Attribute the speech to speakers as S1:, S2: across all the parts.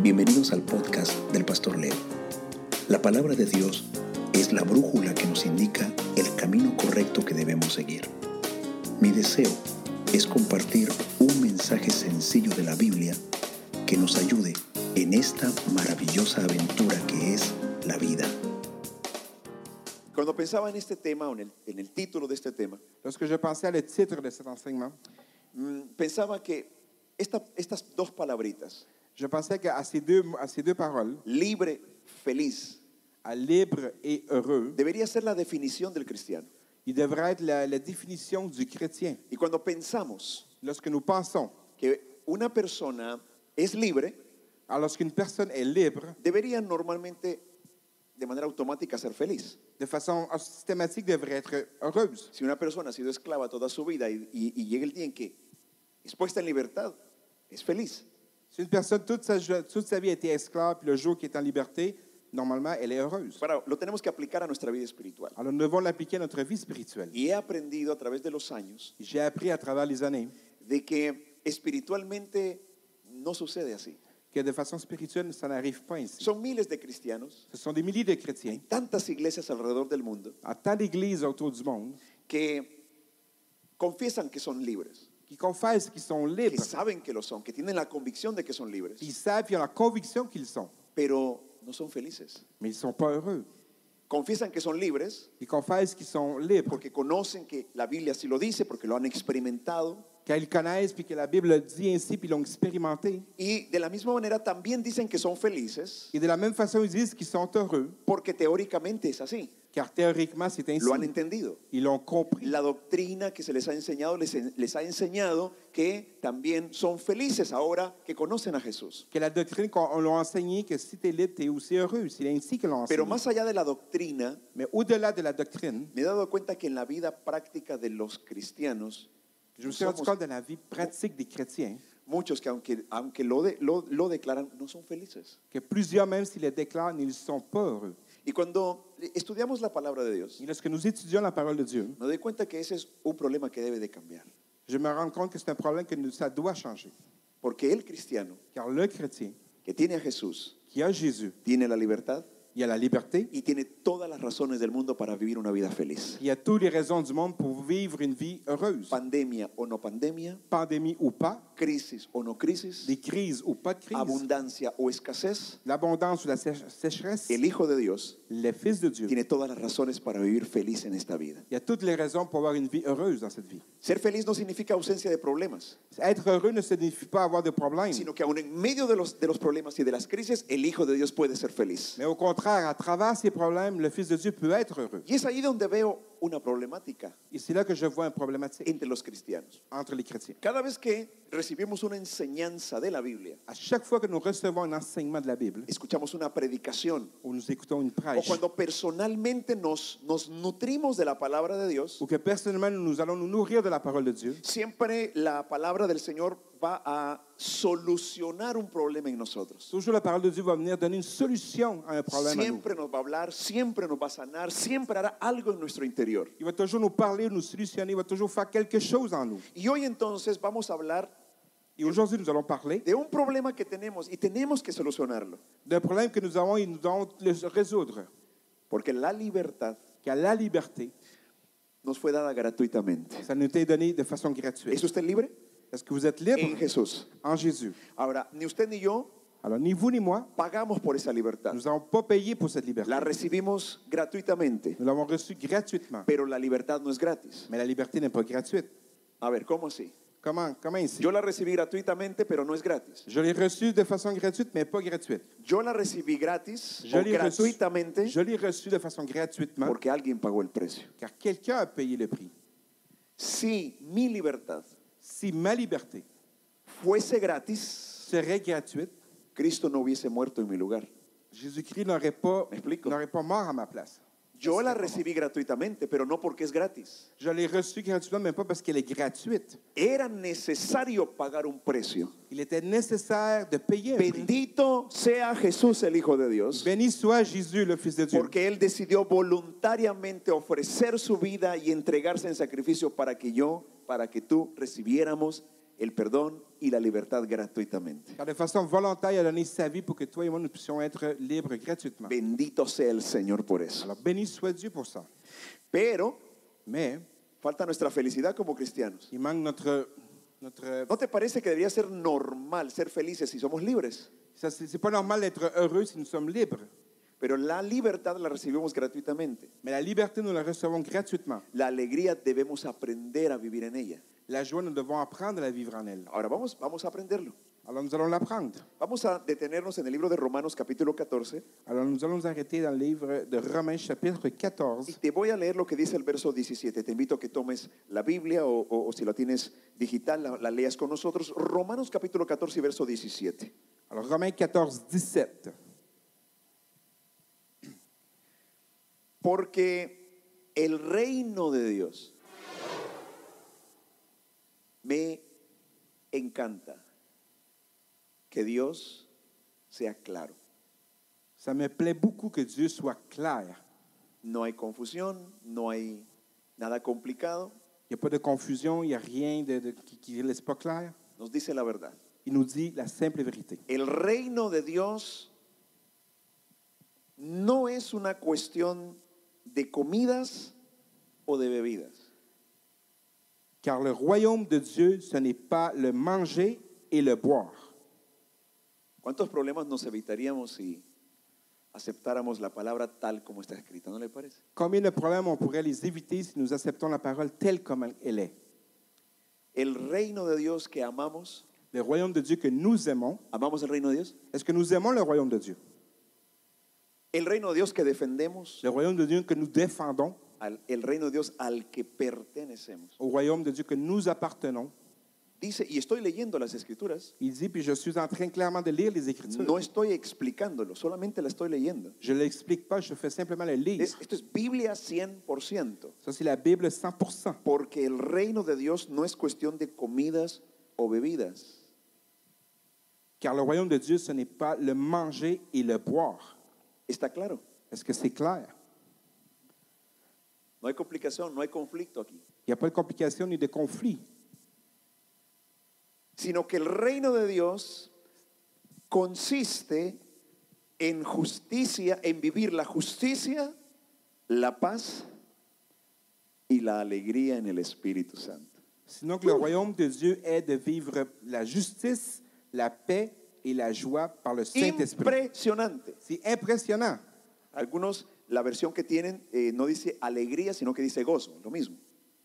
S1: Bienvenidos al podcast del Pastor Leo. La palabra de Dios es la brújula que nos indica el camino correcto que debemos seguir. Mi deseo es compartir un mensaje sencillo de la Biblia que nos ayude en esta maravillosa aventura que es la vida.
S2: Cuando pensaba en este tema, o en el, en el título de este tema,
S3: Lorsque je pensais à le titre de cet enseignement,
S2: mm, pensaba que esta- estas dos palabritas,
S3: je pensais qu'à ces deux, à ces deux paroles,
S2: libre, feliz,
S3: à libre et heureux,
S2: debería ser la definición del cristiano.
S3: il devrait être la, la définition du chrétien.
S2: Y cuando pensamos
S3: Lorsque nous pensons,
S2: que una persona es libre,
S3: alors lorsqu'une personne est libre,
S2: debería normalmente, de manera automática, ser feliz.
S3: de façon systématique, devrait être heureuse.
S2: Si una persona ha sido esclava toda su vida y, y- y llega el día en que es puesta en libertad, es feliz.
S3: Si une personne toute sa, jo- toute sa vie a été esclave, puis le jour qui est en liberté, normalement, elle est heureuse.
S2: Ahora, lo tenemos que aplicar a nuestra vida espiritual.
S3: Alors nous devons l'appliquer à notre vie spirituelle.
S2: Y he aprendido a través de los años
S3: J'ai appris à travers les années
S2: de que espiritualmente no sucede así.
S3: que de façon spirituelle, ça n'arrive pas ainsi.
S2: Son miles de cristianos,
S3: Ce sont des milliers de chrétiens,
S2: tantas iglesias alrededor del mundo,
S3: à tant d'églises autour du monde,
S2: que confiesan que son libres,
S3: qui confessent qu'ils sont
S2: que
S3: libres,
S2: saben que lo son, que tienen la convicción de que son libres,
S3: qui savent, qui ont la conviction qu'ils sont,
S2: pero no son felices.
S3: mais ils ne sont pas heureux.
S2: Confiesan que son libres
S3: Ils confessent qu'ils sont libres,
S2: porque conocen que la Biblia sí lo dice, porque lo han experimentado,
S3: car ils connaissent, puis que la Bible le dit ainsi, puis ils l'ont expérimenté.
S2: y de la misma manera también dicen que son felices
S3: Et de la même façon, ils disent qu'ils sont heureux,
S2: porque teóricamente es así,
S3: car théoriquement, c'est ainsi.
S2: lo han entendido.
S3: Ils l'ont compris.
S2: la doctrina que se les ha enseñado les, en- les ha enseñado que también son felices ahora que conocen a Jesús.
S3: Que la doctrine qu'on l'a enseignée, que si tu es libre, tu es aussi heureux. C'est ainsi que l'on
S2: Pero más allá de la doctrina,
S3: Mais au-delà de la doctrine,
S2: me he dado cuenta que en la vida práctica de los cristianos,
S3: je me suis rendu
S2: somos
S3: compte de la vie pratique des chrétiens,
S2: muchos que aunque, aunque lo, de- lo- lo declaran, no son felices.
S3: que plusieurs, même s'ils le déclarent, ils ne sont pas heureux.
S2: Y cuando estudiamos la palabra de Dios,
S3: Et lorsque nous étudions la parole de Dieu,
S2: me doy cuenta que ese es un problema que debe de cambiar.
S3: je me rends compte que c'est un problème que nous- ça doit changer.
S2: Porque el cristiano
S3: Car le chrétien
S2: que tiene a Jesús,
S3: qui a Jésus,
S2: tiene la libertad
S3: il a la liberté,
S2: y tiene todas las razones del mundo para vivir una vida feliz.
S3: il a toutes les raisons du monde pour vivre une vie heureuse.
S2: Pandemia o no pandemia,
S3: Pandémie ou pas,
S2: crisis o no crisis,
S3: des crises ou pas de crise,
S2: abundancia o escasez,
S3: l'abondance ou la sé- sécheresse,
S2: el Hijo de Dios
S3: le Fils de Dieu,
S2: tiene todas las razones para vivir feliz en esta vida.
S3: il a toutes les raisons pour avoir une vie heureuse dans cette vie.
S2: Ser feliz no significa ausencia de problemas,
S3: Être heureux ne signifie pas avoir de problèmes,
S2: sino que aún en medio de los, de los problemas y de las crisis, el Hijo de Dios puede ser feliz.
S3: mais au contraire, à travers ces problèmes, le Fils de Dieu peut être heureux.
S2: Y es ahí donde veo una problemática
S3: Et c'est là que je vois une problématique
S2: entre los cristianos.
S3: entre les chrétiens.
S2: Cada vez que recibimos una enseñanza de la Biblia,
S3: À chaque fois que nous recevons un enseignement de la Bible,
S2: escuchamos una predicación,
S3: ou nous écoutons une
S2: o
S3: prêche,
S2: cuando personalmente nos, nos nutrimos de la palabra de Dios,
S3: ou que personnellement nous allons nous nourrir de la parole de Dieu,
S2: Siempre la palabra del Señor va a solucionar un problema en nosotros.
S3: toujours la parole de Dieu va venir donner une solution à un problème à nous.
S2: Siempre nos va a hablar, siempre nos va a sanar, siempre hará algo en nuestro interior.
S3: Il va toujours nous parler, nous solutionner, il va toujours faire quelque chose en nous.
S2: Y hoy entonces vamos a hablar
S3: Et aujourd'hui, nous allons parler
S2: de un problema que tenemos y tenemos que solucionarlo.
S3: d'un problème que nous avons et nous allons le résoudre.
S2: Porque la libertad
S3: Car la liberté,
S2: nos fue dada gratuitamente.
S3: ça nous est donné de façon
S2: ¿Es
S3: gratuite.
S2: usted libre?
S3: Est-ce que vous êtes
S2: En
S3: libre
S2: Jesús.
S3: en Jésus?
S2: Ahora, ni usted ni yo
S3: Alors, ni vous ni moi,
S2: pagamos por esa libertad.
S3: nous n'avons pas payé pour cette liberté.
S2: La recibimos gratuitamente,
S3: Nous l'avons reçue gratuitement.
S2: pero la libertad no es gratis.
S3: Mais la liberté n'est pas gratuite.
S2: A ver, ¿cómo así?
S3: Comment, comment ici?
S2: Yo la recibí gratuitamente, pero no es gratis.
S3: Je l'ai reçue de façon gratuite, mais pas gratuite.
S2: Yo la recibí gratis
S3: Je
S2: o
S3: l'ai reçu-
S2: gratuitamente
S3: Je l'ai reçu de façon gratuitement
S2: porque alguien pagó el precio.
S3: car quelqu'un a payé le prix.
S2: Si mi libertad
S3: Si ma liberté
S2: fuese gratis,
S3: serait gratuite,
S2: Cristo no hubiese muerto en mi lugar.
S3: Jésus-Christ n'aurait pas,
S2: M'explique.
S3: n'aurait pas mort à ma place.
S2: Yo la recibí gratuitamente, pero no porque es gratis.
S3: Je l'ai reçue gratuitement, mais pas parce qu'elle est gratuite.
S2: Era necesario pagar un precio.
S3: Il était nécessaire de payer un prix.
S2: Bendito sea Jesús el Hijo de Dios,
S3: Béni soit Jésus, le Fils de Dieu,
S2: porque Él decidió voluntariamente ofrecer su vida y entregarse en sacrificio para que yo, para que tú recibiéramos el perdón y la libertad gratuitamente.
S3: car de façon volontaire, il a donné sa vie pour que toi et moi, nous puissions être libres gratuitement.
S2: Bendito sea el Señor por eso.
S3: Alors, béni soit Dieu pour ça.
S2: Pero
S3: Mais
S2: falta nuestra felicidad como cristianos.
S3: il manque notre... notre
S2: ¿No te parece que debería ser normal ser felices si somos libres?
S3: ça, c'est c'est pas normal d'être heureux si nous sommes libres.
S2: Pero la libertad la recibimos gratuitamente.
S3: Mais la liberté, nous la recevons gratuitement.
S2: La alegría debemos aprender a vivir en ella.
S3: La joie, nous devons apprendre à la vivre en elle.
S2: Ahora vamos, vamos a aprenderlo.
S3: Alors, nous allons l'apprendre.
S2: Vamos a detenernos en el libro de Romanos capítulo 14
S3: Alors, nous allons nous arrêter dans le livre de Romains, chapitre
S2: y
S3: 14.
S2: te voy a leer lo que dice el verso 17. Te invito a que tomes la Biblia o, o- o si la tienes digital, la, la leas con nosotros. Romanos capítulo 14 y verso 17.
S3: Alors, Romains 14, 17.
S2: Porque el reino de Dios me encanta que Dios sea claro.
S3: Ça me plaît beaucoup que Dieu soit clair.
S2: No hay confusión, no hay nada complicado.
S3: Il n'y a pas de confusion, il n'y a rien de, de- qui ne laisse pas clair.
S2: Nos dice la verdad.
S3: Il nous dit la simple vérité.
S2: El reino de Dios no es una cuestión de comidas o de bebidas.
S3: Car le royaume de Dieu, ce n'est pas le manger et le boire.
S2: ¿Cuántos problemas nos evitaríamos si aceptáramos la palabra tal como está escrita? ¿No le parece?
S3: Combien de problèmes on pourrait les éviter si nous acceptons la parole telle comme elle est?
S2: El reino de Dios que amamos,
S3: Le royaume de Dieu que nous aimons,
S2: amamos el reino de Dios.
S3: est-ce que nous aimons le royaume de Dieu?
S2: El reino de Dios que defendemos,
S3: Le royaume de Dieu que nous défendons,
S2: al- el reino de Dios al que pertenecemos.
S3: au royaume de Dieu que nous appartenons.
S2: Dice, y estoy leyendo las escrituras,
S3: Il dit, puis je suis en train clairement de lire les Écritures.
S2: no estoy explicándolo, solamente la estoy leyendo.
S3: Je ne l'explique pas, je fais simplement le lire.
S2: Es- esto es Biblia 100%.
S3: Ça, c'est la Bible 100%.
S2: Porque el reino de Dios no es cuestión de comidas o bebidas.
S3: Car le royaume de Dieu, ce n'est pas le manger et le boire.
S2: Está claro.
S3: Est-ce que c'est clair?
S2: No hay complicación, no hay conflicto aquí.
S3: Il n'y a pas de complications ni de conflits.
S2: Sino que el reino de Dios consiste en justicia, en vivir la justicia, la paz y la alegría en el Espíritu Santo.
S3: Sinon que le royaume de Dieu est de vivre la justice, la paix et la joie par le Saint-Esprit.
S2: Impresionante.
S3: C'est impressionnant.
S2: Algunos, la versión que tienen eh, no dice alegría, sino que dice gozo, lo mismo.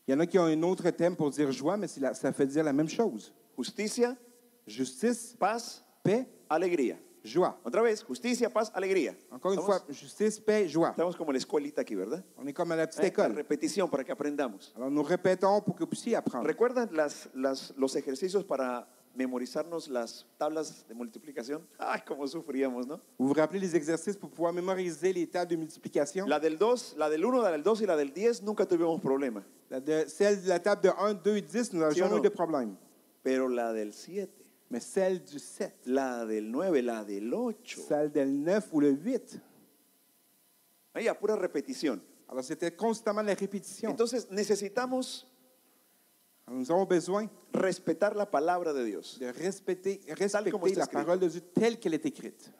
S3: Il y en a qui ont un autre thème pour dire joie, mais c'est la- ça fait dire la même chose.
S2: Justicia,
S3: Justice,
S2: paz,
S3: paix,
S2: alegría.
S3: joie.
S2: Otra vez, justicia, paz, alegría.
S3: Encore une
S2: estamos,
S3: fois, justice, paix, joie.
S2: estamos como la escuelita aquí, ¿verdad?
S3: On est comme à la petite
S2: Eh, la
S3: école.
S2: repetición para que aprendamos.
S3: Alors nous répétons pour que vous puissiez apprendre.
S2: ¿Recuerdan las, las- los ejercicios para memorizarnos las tablas de multiplicación? ¡Ay, cómo sufríamos, ¿no?
S3: Vous vous rappelez les exercices pour pouvoir mémoriser les tables de multiplication?
S2: La del 2, la del 1, la del 2 y la del 10 nunca tuvimos problema.
S3: La de- celle de la table de 1, 2 et 10, nous n'avons
S2: Si ou
S3: jamais eu
S2: non?
S3: de problème.
S2: Pero la del 7,
S3: Mais celle du 7,
S2: la del 9, la del 8.
S3: celle du 9 ou le 8,
S2: Ahí a pura repetición.
S3: alors c'était constamment la répétition.
S2: Entonces necesitamos
S3: Alors, nous avons besoin
S2: respetar la palabra de Dios.
S3: de respecter,
S2: comme
S3: respecter
S2: c'est
S3: la
S2: écrit.
S3: parole de Dieu telle qu'elle est écrite.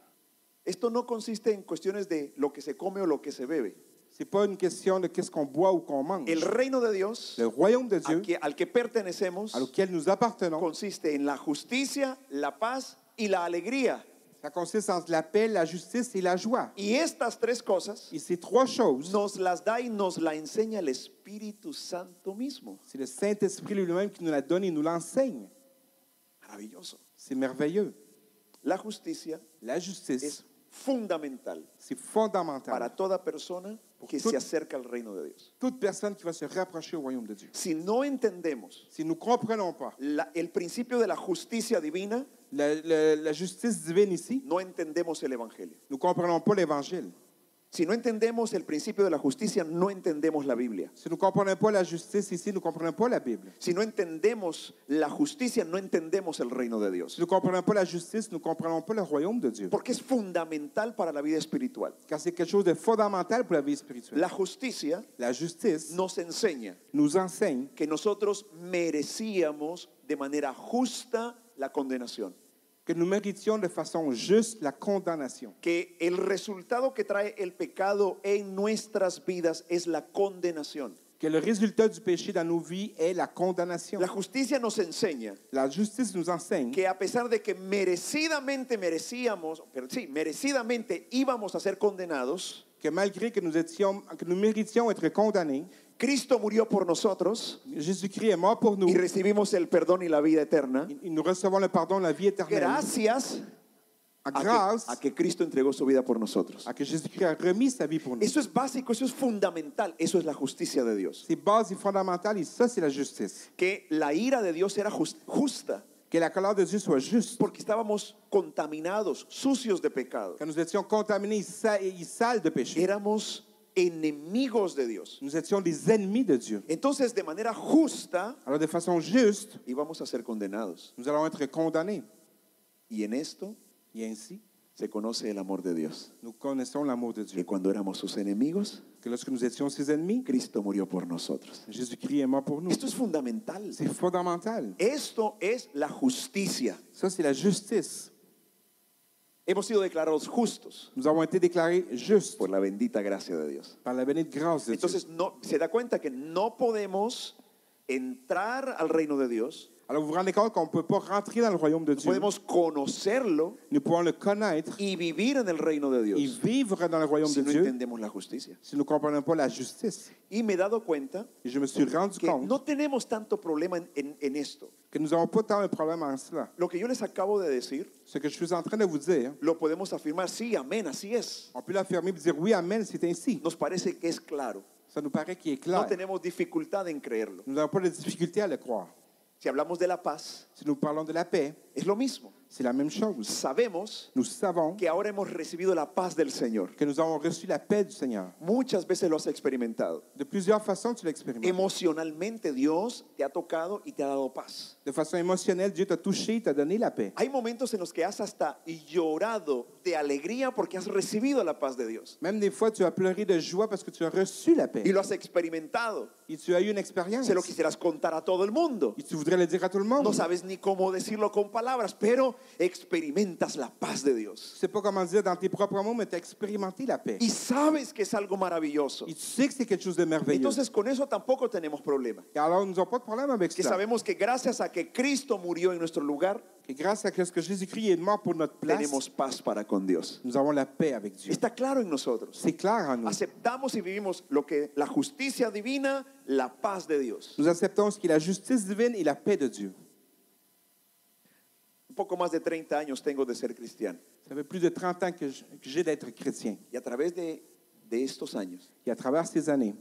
S2: Esto no consiste en cuestiones de lo que se come o lo que se bebe.
S3: Ce n'est pas une question de qu'est-ce qu'on boit ou qu'on mange.
S2: El reino de Dios
S3: Le royaume de
S2: al
S3: Dieu,
S2: que, al que pertenecemos
S3: à auquel nous appartenons,
S2: consiste en la justicia, la paz y la alegría.
S3: ça consiste en la paix, la justice et la joie.
S2: Y estas tres cosas
S3: Et ces trois choses,
S2: nos las da y nos la enseña el Espíritu Santo mismo.
S3: c'est le Saint-Esprit lui-même qui nous la donne et nous l'enseigne.
S2: Maravilloso.
S3: C'est merveilleux.
S2: La justicia
S3: La justice,
S2: es fundamental
S3: c'est fondamental.
S2: para toda persona que se acerca al reino de Dios.
S3: Toute personne qui va se rapprocher au royaume de Dieu.
S2: Si no entendemos
S3: Si nous ne comprenons pas
S2: la- el principio de la justicia divina,
S3: la, la- la justice divine ici,
S2: no entendemos el Evangelio.
S3: nous ne comprenons pas l'Évangile.
S2: Si no entendemos el principio de la justicia, no entendemos la Biblia.
S3: Si nous ne comprenons pas la justice ici, nous ne comprenons pas la Bible.
S2: Si no entendemos la justicia, no entendemos el reino de
S3: Si
S2: Dios.
S3: nous ne comprenons pas la justice, nous ne comprenons pas le royaume de Dieu.
S2: Porque es fundamental para la vida espiritual.
S3: Car c'est quelque chose de fondamental pour la vie spirituelle.
S2: La justicia
S3: La justice
S2: nos enseña
S3: nous enseigne
S2: que nosotros merecíamos de manera justa la condenación.
S3: que nous méritions de façon juste la condamnation.
S2: Que el resultado que trae el pecado en nuestras vidas es la condenación.
S3: Que le résultat du péché dans nos vies est la condamnation.
S2: La justicia nos enseña
S3: La justice nous enseigne
S2: que a pesar de que merecidamente merecíamos, pero sí, merecidamente íbamos a ser condenados,
S3: que malgré que nous, étions, que nous méritions être condamnés,
S2: Cristo murió por nosotros
S3: Jésus-Christ est mort pour nous.
S2: y recibimos el perdón y la vida eterna.
S3: Et Nous recevons le pardon de la vie éternelle.
S2: Gracias
S3: à
S2: a que-
S3: grâce
S2: a que Cristo entregó su vida por nosotros.
S3: à que Jésus-Christ a remis sa vie pour nous.
S2: Eso es básico, eso es fundamental, eso es la justicia de Dios.
S3: C'est base et fondamentale et ça, c'est la justice.
S2: Que la ira de Dios era jus- justa
S3: Que la colère de Dieu soit juste.
S2: porque estábamos contaminados, sucios de pecado.
S3: Que nous étions contaminés et sa- et sales de péché.
S2: Éramos enemigos de Dios.
S3: Nous étions des ennemis de Dieu.
S2: Entonces, de manera justa,
S3: Alors, de façon juste,
S2: íbamos a ser condenados.
S3: nous allons être condamnés.
S2: Y en esto
S3: Et ainsi,
S2: se conoce el amor de Dios.
S3: nous connaissons l'amour de
S2: Que
S3: Dieu.
S2: cuando éramos sus enemigos,
S3: Que lorsque nous étions ses ennemis,
S2: Cristo murió por nosotros.
S3: Jésus-Christ est mort pour nous.
S2: Esto es fundamental.
S3: C'est fondamental.
S2: Esto es la justicia.
S3: Ça, c'est la justice.
S2: Hemos sido declarados justos
S3: Nous avons été déclarés justes
S2: por la bendita gracia de Dios.
S3: par la bénie de grâce de Dieu.
S2: Entonces no, se da cuenta que no podemos entrar al reino de Dios,
S3: Alors, vous vous rendez compte qu'on ne peut pas rentrer dans le royaume de Dieu.
S2: podemos conocerlo
S3: Nous pouvons le connaître
S2: y vivir en el reino de
S3: et
S2: Dios
S3: vivre dans le royaume
S2: si
S3: de
S2: no
S3: Dieu
S2: entendemos la justicia.
S3: si nous ne comprenons pas la justice.
S2: Y me he dado cuenta
S3: Et je me suis rendu
S2: que
S3: compte
S2: no tenemos tanto problema en, en- en esto.
S3: que nous n'avons pas tant un problème en cela.
S2: Lo que yo les acabo de decir,
S3: Ce que je suis en train de vous dire,
S2: lo podemos afirmar, sí, amén, así es.
S3: on peut l'affirmer et dire oui, Amen, c'est ainsi.
S2: Nos parece que es claro.
S3: Ça nous paraît qu'il est
S2: No
S3: clair.
S2: tenemos dificultad en creerlo.
S3: Nous n'avons pas de difficulté à le croire.
S2: Si hablamos de la paz,
S3: Si nous parlons de la paix,
S2: es lo mismo.
S3: c'est la même chose.
S2: Sabemos
S3: Nous savons
S2: que ahora hemos recibido la paz del Señor.
S3: que nous avons reçu la paix du Seigneur.
S2: Muchas veces lo has experimentado.
S3: De plusieurs façons, tu l'expérimentes.
S2: Emocionalmente Dios te ha tocado y te ha dado paz.
S3: De façon émotionnelle, Dieu t'a touché, t'a donné la paix.
S2: Hay momentos en los que has hasta llorado de alegría porque has recibido la paz de Dios
S3: Même des fois, tu as pleuré de joie parce que tu as reçu la paix.
S2: y lo has experimentado.
S3: Et tu as eu une expérience.
S2: Se lo quisieras contar a todo el mundo.
S3: Et tu voudrais le dire à tout le monde.
S2: No sabes ni cómo decirlo con palabras, pero experimentas la paz de
S3: Tu
S2: Dios.
S3: sais pas comment dire dans tes propres mots, mais tu as expérimenté la paix.
S2: Y sabes que es algo maravilloso.
S3: Et tu sais que c'est quelque chose de merveilleux.
S2: Entonces con eso tampoco tenemos problema.
S3: Et alors, nous n'avons pas de problème avec
S2: Que
S3: ça.
S2: sabemos que gracias a que Cristo murió en nuestro lugar,
S3: Et grâce à ce que Jésus-Christ est mort pour notre place,
S2: tenemos paz para con Dios.
S3: nous avons la paix avec Dieu. Ah,
S2: Está claro en nosotros.
S3: C'est clair en nous.
S2: Aceptamos y vivimos lo que la justicia divina, la paz de Dios.
S3: Nous acceptons ce qui est la justice divine et la paix de Dieu.
S2: Un poco más de 30 años tengo de ser cristiano
S3: Ça fait plus de 30 ans que je- que j'ai d'être chrétien.
S2: y a través de, de estos años
S3: Et à travers ces années,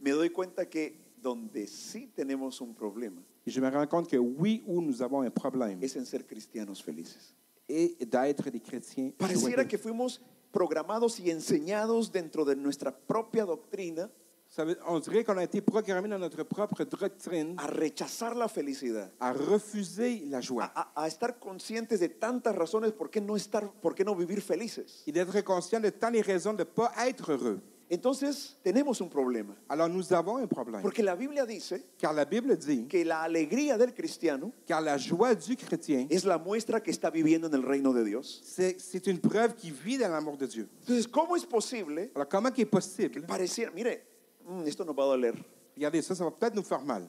S2: me doy cuenta que donde sí tenemos un problema
S3: je me rends compte que oui ou nous avons un problème
S2: es en ser cristianos felices.
S3: et d'être des chrétiens.
S2: Pareciera
S3: joyeux.
S2: que fuimos programados y enseñados dentro de nuestra propia doctrina
S3: Ça veut- on dirait qu'on a été programmé dans notre propre doctrine
S2: a rechazar la felicidad.
S3: à refuser la joie
S2: a, a- a estar conscientes de tantas razones por qué no estar, por qué no vivir felices.
S3: et d'être conscient de tant les raisons de ne pas être heureux.
S2: Entonces tenemos un problema,
S3: Alors nous avons un problème.
S2: porque la Biblia dice
S3: Car la Bible dit,
S2: que la alegría del cristiano
S3: car la joie du chrétien,
S2: es la muestra que está viviendo en el reino de Dios.
S3: c'est c'est une preuve qui vit dans l'amour de Dieu.
S2: Entonces, ¿cómo es posible
S3: Alors comment est possible,
S2: pareciera, mire, mm, esto nos va a doler,
S3: regardez ça, ça va peut-être nous faire mal,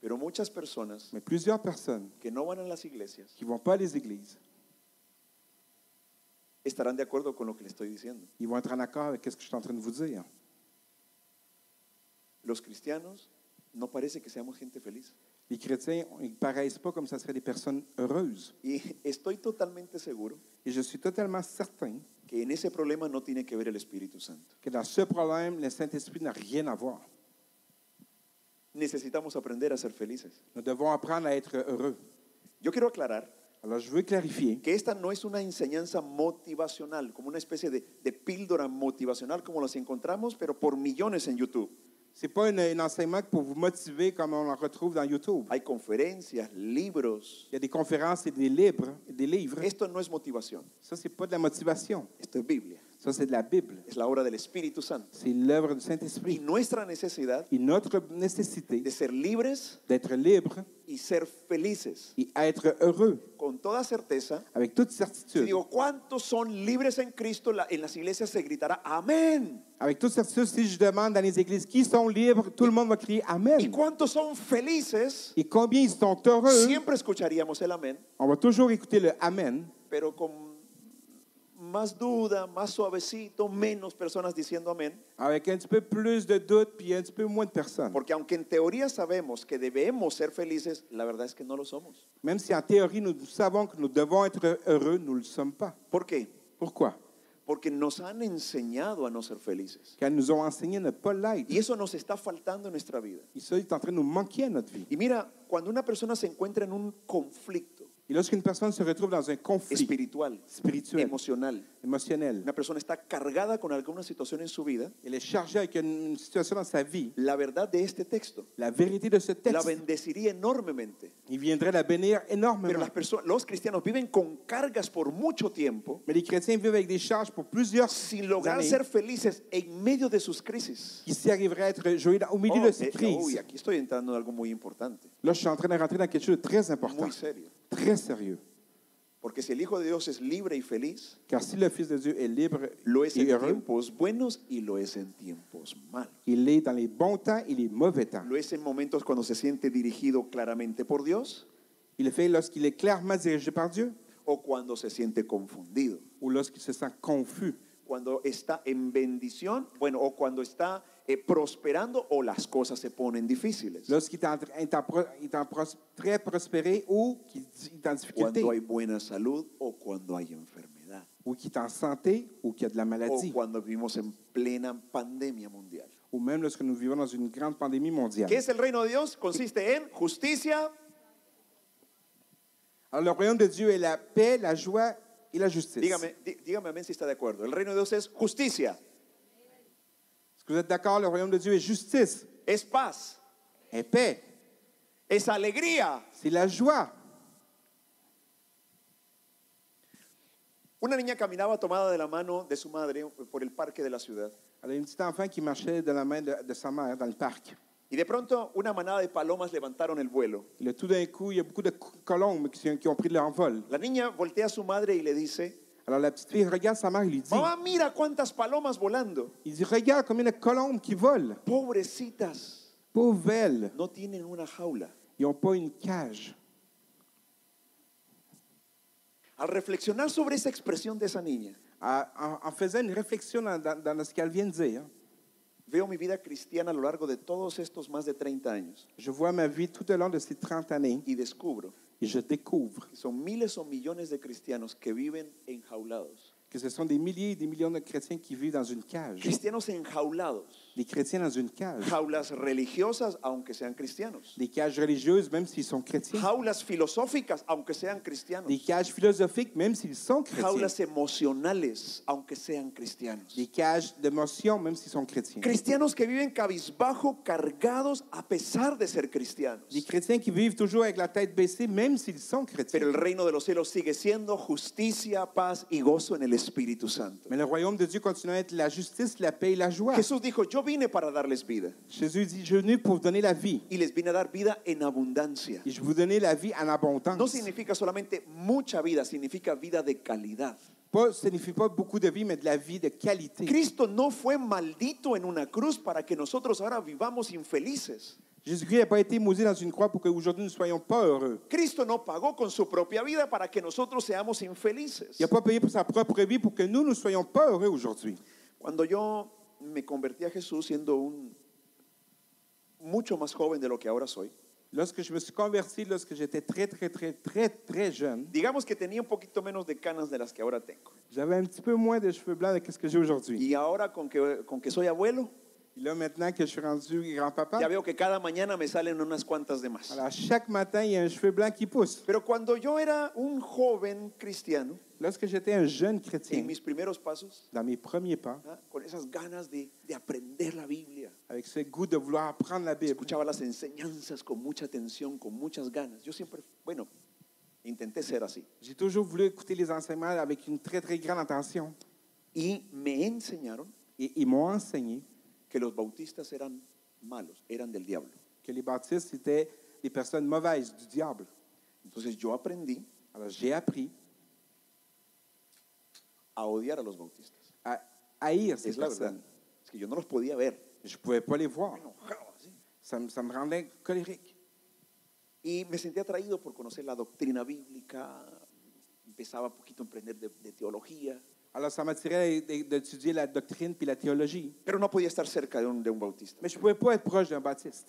S2: pero muchas personas
S3: mais plusieurs personnes
S2: que no van a las iglesias
S3: qui ne vont pas à les églises,
S2: estarán de acuerdo con lo que le estoy diciendo.
S3: ils vont être en accord avec ce que je suis en train de vous dire.
S2: Los cristianos no parece que seamos gente feliz.
S3: Les chrétiens, ils ne paraissent pas comme ça serait des personnes heureuses.
S2: Y estoy totalmente seguro
S3: Et je suis totalement certain
S2: que en ese problema no tiene que ver el Espíritu Santo.
S3: que dans ce problème, le Saint-Esprit n'a rien à voir.
S2: necesitamos aprender a ser felices.
S3: Nous devons apprendre à être heureux.
S2: Yo quiero aclarar
S3: Alors, je veux clarifier
S2: que esta no es una enseñanza motivacional, como una especie de, de píldora motivacional como las encontramos, pero por millones en YouTube.
S3: Ce n'est pas une- un enseignement pour vous motiver comme on en retrouve dans YouTube.
S2: Hay conferencias, libros.
S3: Il y a des conférences et des livres. Des livres.
S2: Esto no es motivación,
S3: Ça, c'est pas de la motivation.
S2: esto es Biblia,
S3: Ça, c'est de la Bible.
S2: es la obra del Espíritu Santo.
S3: C'est l'œuvre du
S2: Y
S3: Saint-Esprit.
S2: nuestra necesidad
S3: Et notre nécessité
S2: de ser libres
S3: d'être libre
S2: y ser felices.
S3: et être heureux,
S2: Con toda certeza,
S3: avec toute
S2: si
S3: certitude.
S2: digo, ¿cuántos son libres en Cristo? La- en las iglesias se gritará, amén.
S3: Avec toute certitude, si je demande dans les églises qui sont libres, tout le monde va crier
S2: ¿Y
S3: Amen.
S2: cuántos son felices?
S3: Et combien ils sont heureux,
S2: Siempre escucharíamos el amén,
S3: on va toujours écouter le Amen,
S2: pero con más duda, más suavecito, menos personas diciendo amén.
S3: avec un petit peu plus de doutes puis un petit peu moins de personnes.
S2: Porque aunque en teoría sabemos que debemos ser felices, la verdad es que no lo somos.
S3: Même si en théorie, nous savons que nous devons être heureux, nous ne le sommes pas.
S2: ¿Por qué?
S3: Pourquoi?
S2: Porque nos han enseñado a no ser felices.
S3: Car ils nous ont enseigné à ne pas l'être.
S2: Y eso nos está faltando en nuestra vida.
S3: Et ça, il est en train de nous manquer à notre vie.
S2: Y mira, cuando una persona se encuentra en un conflicto
S3: Et lorsqu'une personne se retrouve dans un conflit
S2: espiritual,
S3: spirituel,
S2: emocional,
S3: émotionnel,
S2: una persona está cargada con alguna situación en su vida,
S3: elle est chargée avec une une situation dans sa vie,
S2: la verdad de este texto
S3: la vérité de ce
S2: la
S3: texte,
S2: bendeciría enormemente.
S3: il viendrait la bénir
S2: Pero
S3: énormément.
S2: las personas, los cristianos viven con cargas por mucho tiempo
S3: Mais les chrétiens vivent avec des charges pour plusieurs
S2: sin lograr
S3: années
S2: ser felices en medio de sus crisis.
S3: qui s'y arriveraient à être jouées dans- au milieu
S2: Oh,
S3: de ces
S2: eh,
S3: crises.
S2: uy, aquí estoy entrando en algo muy importante,
S3: Là, je suis en train de rentrer dans quelque chose de très important,
S2: muy serio.
S3: très sérieux.
S2: Porque si el Hijo de Dios es libre y feliz,
S3: Car si le Fils de Dieu est libre
S2: lo es
S3: et
S2: en
S3: heureux,
S2: tiempos buenos y lo es en tiempos malos.
S3: il est dans les bons temps et les mauvais temps.
S2: Lo es en momentos cuando se siente dirigido claramente por Dios
S3: Il le fait lorsqu'il est clairement dirigé par Dieu
S2: o cuando se siente confundido.
S3: ou lorsqu'il se sent confus,
S2: Cuando está en bendición, bueno, o cuando está eh, prosperando o las cosas se ponen difíciles.
S3: lorsqu'il est en, est en pro- est en pros- très prospéré ou qu'il dit- il est en difficulté,
S2: Cuando hay buena salud o cuando hay enfermedad.
S3: ou qu'il est en santé ou qu'il y a de la
S2: O
S3: maladie,
S2: cuando vivimos en plena pandemia mundial.
S3: ou même lorsque nous vivons dans une grande pandémie mondiale.
S2: ¿Qué es el reino de Dios? Consiste en justicia,
S3: Alors, le royaume de Dieu est la paix, la joie et la justice.
S2: Dígame, dí- dígame amén si está de acuerdo. El reino de Dios es justicia,
S3: Est-ce que vous êtes d'accord? Le royaume de Dieu est justice,
S2: es paz,
S3: est paix,
S2: es alegría.
S3: c'est la joie.
S2: Una niña caminaba tomada de la mano de su madre por el parque de la ciudad
S3: Elle a une petite enfant qui marchait de la main de, de sa mère dans le parc.
S2: y de pronto una manada de palomas levantaron el vuelo.
S3: Et là, tout d'un coup, il y a beaucoup de co- colombes qui, qui ont pris leur envol.
S2: La niña voltea a su madre y le dice,
S3: Alors la petite fille regarde sa mère et lui dit,
S2: mamá, mira cuántas palomas volando.
S3: il dit, regarde combien de colombes qui volent.
S2: Pobrecitas,
S3: Pauvres elles,
S2: no tienen una jaula.
S3: ils n'ont pas une cage.
S2: Al reflexionar sobre esa expresión de esa niña,
S3: À- Ah, en, en faisant une réflexion dans, dans- dans ce qu'elle vient de dire,
S2: veo mi vida cristiana a lo largo de todos estos más de 30 años
S3: je vois ma vie tout au long de ces 30 années
S2: y descubro
S3: et je découvre
S2: que son miles o millones de cristianos que viven enjaulados.
S3: que ce sont des milliers et des millions de chrétiens qui vivent dans une cage.
S2: Cristianos enjaulados.
S3: Des chrétiens dans une cage.
S2: Jaulas religiosas, aunque sean cristianos.
S3: Des cages religieuses, même s'ils sont chrétiens.
S2: Jaulas filosóficas, aunque sean
S3: Des
S2: cristianos.
S3: cages philosophiques, même s'ils sont chrétiens.
S2: Jaulas emocionales, aunque sean cristianos.
S3: Des cages d'émotion, même s'ils sont chrétiens.
S2: Cristianos que viven cabizbajo, cargados, a pesar de ser cristianos.
S3: Des chrétiens qui vivent toujours avec la tête baissée, même s'ils sont chrétiens.
S2: Pero el reino de los cielos sigue siendo justicia, paz y gozo en el Espíritu Santo.
S3: Mais le royaume de Dieu continue à être la justice, la paix et la joie.
S2: Jesús dijo, yo vine para darles vida
S3: Jésus dit, je suis venu pour vous donner la vie.
S2: y les vine a dar vida en abundancia.
S3: Et je vous donner la vie en
S2: No
S3: abondance.
S2: significa solamente mucha vida, significa vida de calidad.
S3: Pas, ça signifie pas beaucoup de vie, mais de la vie de qualité.
S2: Cristo no fue maldito en una cruz para que nosotros ahora vivamos infelices.
S3: Jésus-Christ n'a pas été maudit dans une croix pour qu'aujourd'hui nous ne soyons pas heureux.
S2: Cristo no pagó con su propia vida para que nosotros seamos infelices.
S3: Il n'a pas payé pour sa propre vie pour que nous ne soyons pas heureux aujourd'hui.
S2: Cuando yo me convertí a Jesús siendo un mucho más joven de lo que ahora soy,
S3: Lorsque je me suis converti, lorsque j'étais très, très, très, très, très jeune,
S2: digamos que tenía un poquito menos de canas de las que ahora tengo.
S3: j'avais un petit peu moins de cheveux blancs que ce que j'ai aujourd'hui.
S2: Y ahora con que, con que soy abuelo,
S3: Puis là, maintenant que je suis rendu grand-papa,
S2: Ya veo que cada mañana me salen unas cuantas de más.
S3: alors chaque matin, il y a un cheveu blanc qui pousse.
S2: Pero cuando yo era un joven cristiano,
S3: Lorsque j'étais un jeune chrétien,
S2: en mis primeros pasos,
S3: dans mes premiers pas,
S2: ¿ah? con esas ganas de, de aprender la Biblia,
S3: avec ce goût de vouloir apprendre la Bible,
S2: escuchaba las enseñanzas con mucha atención, con muchas ganas. Yo siempre, bueno, intenté ser así.
S3: j'ai toujours voulu écouter les enseignements avec une très, très grande attention.
S2: Y me enseñaron
S3: Et ils m'ont enseigné
S2: que los bautistas eran malos, eran del diablo.
S3: que les baptistes étaient des personnes mauvaises, du diable.
S2: Entonces yo aprendí
S3: Alors j'ai appris
S2: a odiar a los bautistas.
S3: à haïr ces
S2: Es la verdad.
S3: personnes.
S2: Es que yo no los podía ver.
S3: Je ne pouvais pas les voir.
S2: Me enojaba, sí.
S3: Ça, me- ça me rendait colérique.
S2: Y me sentí atraído por conocer la doctrina bíblica. Empezaba poquito a emprender de, de teología.
S3: Alors ça m'attirait d- d'étudier la doctrine puis la théologie.
S2: Pero no podía estar cerca de un, de un bautista.
S3: Mais je ne pouvais pas être proche d'un baptiste.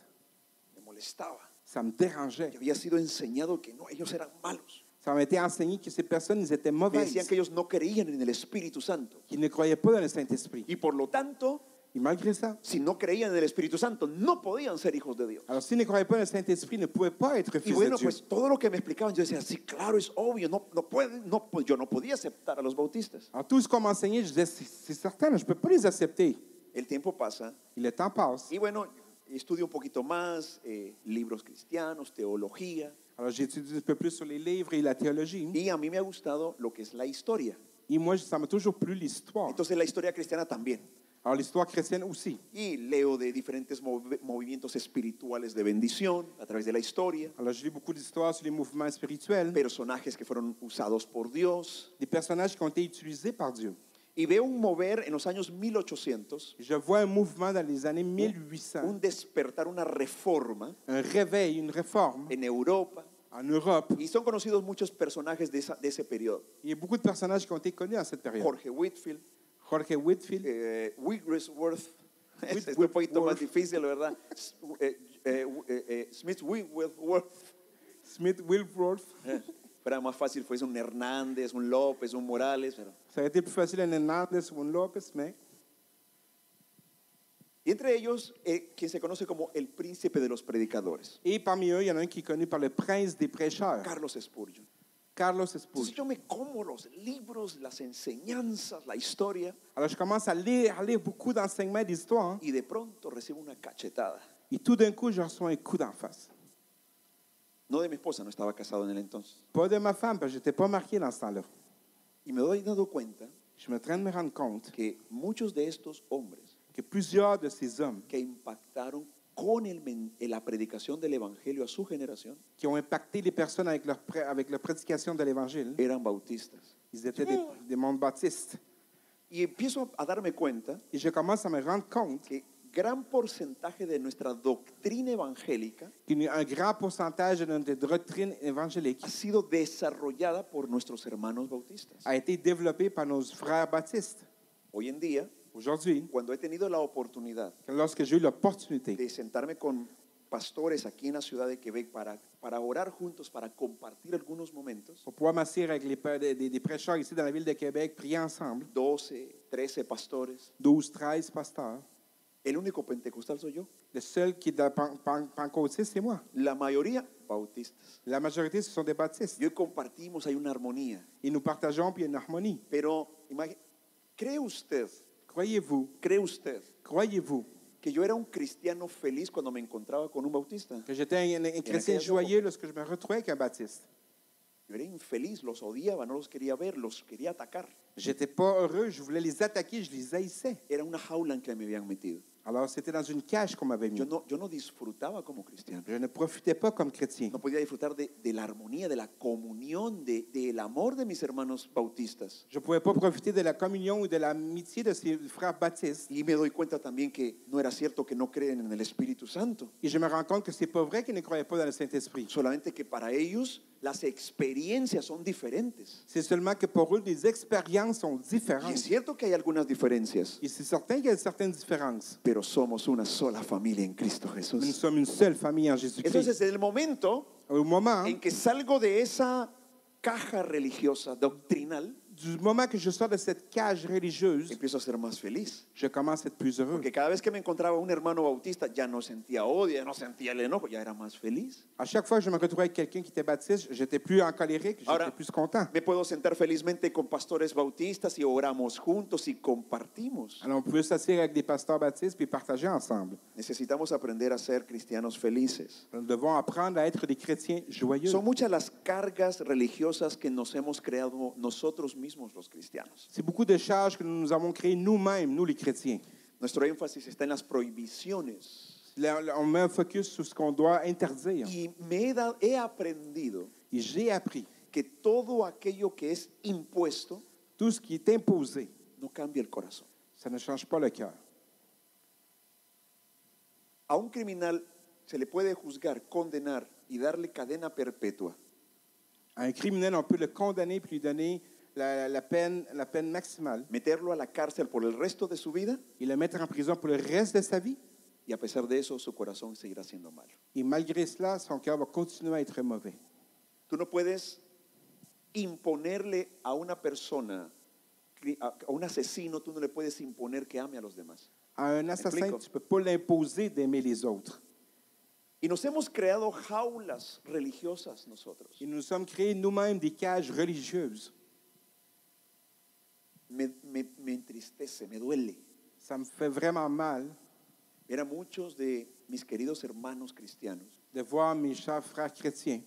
S2: Me molestaba.
S3: Ça me dérangeait.
S2: Yo había sido enseñado que no, ellos eran malos.
S3: Ça m'a été enseigné que ces personnes ils étaient
S2: Me decían
S3: mauvaises,
S2: que ellos no creían en el Espíritu Santo.
S3: qu'ils ne croyaient pas dans le Saint-Esprit.
S2: Y por lo tanto,
S3: Et malgré ça,
S2: si no creían en el Espíritu Santo, no podían ser hijos de Dios.
S3: alors s'ils ne croyaient pas dans le Saint-Esprit, ils ne pouvaient pas être
S2: Y
S3: fils de
S2: bueno,
S3: Dieu.
S2: pues todo lo que me explicaban, yo decía, sí, claro, es obvio, no, no puede, no, pues, yo no podía aceptar a los bautistas.
S3: Alors tout ce qu'on m'enseignait, je disais, c'est c'est certain, je ne peux pas les accepter.
S2: El tiempo pasa
S3: Et le temps passe.
S2: y bueno, estudio un poquito más, eh, libros cristianos, teología,
S3: Alors j'étudie un peu plus sur les livres et la théologie.
S2: y a mí me ha gustado lo que es la historia.
S3: Et moi, ça m'a toujours plu l'histoire.
S2: Entonces la historia cristiana también.
S3: Alors l'histoire chrétienne aussi.
S2: Y leo de diferentes mov- movimientos espirituales de bendición a través de la historia,
S3: Alors je lis beaucoup d'histoires sur les mouvements spirituels,
S2: personajes que fueron usados por Dios.
S3: des personnages qui ont été utilisés par Dieu.
S2: Y veo un mover en los años 1800,
S3: Je vois un mouvement dans les années 1800,
S2: un despertar, una reforma
S3: un réveil, une réforme
S2: en Europa,
S3: en Europe.
S2: Y son conocidos muchos personajes de, esa- de ese periodo.
S3: Il y a beaucoup de personnages qui ont été connus à cette période.
S2: Jorge Whitfield,
S3: Jorge Whitfield,
S2: eh, Wigglesworth,
S3: Whit-
S2: es un poquito más
S3: Whitworth.
S2: difícil, ¿verdad? S- eh, eh, eh, eh, Smith Wigglesworth,
S3: Smith Wilworth.
S2: eh, era más fácil, fue un Hernández, un López, un Morales. pero-
S3: Ça aurait été plus facile un Hernandez ou un Lopez, mais
S2: Y entre ellos, eh, quien se conoce como el príncipe de los predicadores,
S3: et parmi eux, il y en a un qui est connu par le prince des prêcheurs,
S2: Carlos Spurgeon.
S3: Carlos
S2: Entonces
S3: Spurgeon.
S2: yo me como los libros, las enseñanzas, la historia,
S3: Alors je commence à lire, à lire beaucoup d'enseignements et d'histoires, hein,
S2: y de pronto recibo una cachetada.
S3: et tout d'un coup, je reçois un coup d'en face.
S2: No de mi esposa, no estaba casado en el entonces.
S3: Pas de ma femme, parce que je n'étais pas marié dans ce temps-là.
S2: Y me doy dado cuenta
S3: Je me train de me rendre compte
S2: que muchos de estos hombres
S3: que plusieurs de ces hommes
S2: que impactaron con el men- en la predicación del Evangelio a su generación
S3: qui ont impacté les personnes avec leur, pré- avec leur prédication de l'Évangile,
S2: eran bautistas.
S3: ils étaient des, des mondes baptistes.
S2: Y empiezo a darme cuenta
S3: Et je commence à me rendre compte
S2: que gran porcentaje de nuestra doctrina evangélica
S3: qu'un grand pourcentage de notre doctrine évangélique
S2: ha sido desarrollada por nuestros hermanos bautistas.
S3: a été développée par nos frères baptistes.
S2: Hoy en día,
S3: Aujourd'hui,
S2: cuando he tenido la oportunidad
S3: lorsque j'ai eu l'opportunité
S2: de sentarme con pastores aquí en la ciudad de Quebec para, para orar juntos, para compartir algunos momentos,
S3: pour pouvoir m'asseoir avec les, pa- des, des- des prêcheurs ici dans la ville de Québec, prier ensemble,
S2: 12, 13 pastores,
S3: 12, 13 pasteurs,
S2: el único pentecostal soy yo.
S3: le seul qui est de pan- pan- pentecôtiste, c'est moi.
S2: La mayoría bautistas.
S3: La majorité, ce sont des baptistes.
S2: Y hoy compartimos, hay una armonía.
S3: Et nous partageons, puis il y a une harmonie.
S2: Pero imagi- ¿cree usted,
S3: Croyez-vous,
S2: cree usted
S3: croyez-vous
S2: que yo era un cristiano feliz cuando me encontraba con un bautista?
S3: que j'étais un, un- un chrétien joyeux lorsque je me retrouvais avec un baptiste.
S2: Yo era infeliz, los odiaba, no los quería ver, los quería atacar.
S3: J'étais pas heureux, je voulais les attaquer, je les haïssais.
S2: Era una jaula en que me habían metido.
S3: Alors c'était dans une cage qu'on m'avait mis.
S2: Yo no, yo no disfrutaba como cristiano.
S3: Je ne profitais pas comme chrétien.
S2: No podía disfrutar de, de la armonía, de la comunión, de- del amor de mis hermanos bautistas.
S3: Je ne pouvais pas profiter de la communion ou de l'amitié de ces frères baptistes.
S2: Y me doy cuenta también que no era cierto que no creen en el Espíritu Santo.
S3: Et je me rends compte que c'est pas vrai qu'ils ne croyaient pas dans le Saint-Esprit.
S2: Solamente que para ellos las experiencias son diferentes.
S3: C'est seulement que pour eux, les expériences sont
S2: Y Ah, es
S3: différentes.
S2: cierto que hay algunas diferencias,
S3: Et c'est certain qu'il y a certaines différences.
S2: pero somos una sola familia en Cristo
S3: Mais nous
S2: Jesús.
S3: sommes une seule famille en Jésus-Christ.
S2: Entonces, en el momento
S3: Au moment hein,
S2: en que salgo de esa caja religiosa, doctrinal,
S3: du moment que je sors de cette cage religieuse,
S2: empiezo a ser más feliz.
S3: je commence à être plus heureux.
S2: Porque cada vez que me encontraba un hermano bautista, ya no sentía odio, ya no sentía el enojo, ya era más feliz.
S3: À chaque fois que je me retrouvais avec quelqu'un qui était baptiste, j'étais plus en colérique, j'étais
S2: Ahora
S3: plus content.
S2: me puedo sentar felizmente con pastores bautistas y oramos juntos y compartimos.
S3: Alors, on pouvait s'asseoir avec des pasteurs baptistes puis partager ensemble.
S2: Necesitamos aprender a ser cristianos felices.
S3: Nous devons apprendre à être des chrétiens joyeux.
S2: Son muchas las cargas religiosas que nos hemos creado nosotros mismos los cristianos.
S3: C'est beaucoup de charges que nous nous avons créées nous-mêmes, nous les chrétiens.
S2: Nuestro énfasis está en las prohibiciones.
S3: Là, là, on met un focus sur ce qu'on doit interdire.
S2: Y me he, da- he aprendido
S3: Et j'ai appris,
S2: que todo aquello que es impuesto
S3: tout ce qui est imposé,
S2: no cambia el corazón.
S3: ça ne change pas le cœur.
S2: A un criminal se le puede juzgar, condenar y darle cadena perpetua.
S3: Un criminel, on peut le condamner puis lui donner la, la peine, la peine maximale
S2: Meterlo a la cárcel por el resto de su vida
S3: et le mettre en prison pour le reste de sa vie.
S2: Y a pesar de eso, su corazón seguirá siendo malo.
S3: Et malgré cela, son cœur va continuer à être mauvais.
S2: Tú no puedes imponerle a una persona, cri- a a un asesino, tú no le puedes imponer que ame a los demás.
S3: À un assassin,
S2: Explique.
S3: tu ne peux pas l'imposer d'aimer les autres.
S2: Y nos hemos creado jaulas religiosas nosotros.
S3: Et nous nous sommes créés nous-mêmes des cages religieuses.
S2: Me, me- me entristece, me duele.
S3: Ça me fait vraiment mal
S2: Ver a muchos de mis queridos hermanos cristianos
S3: de voir mes chers frères chrétiens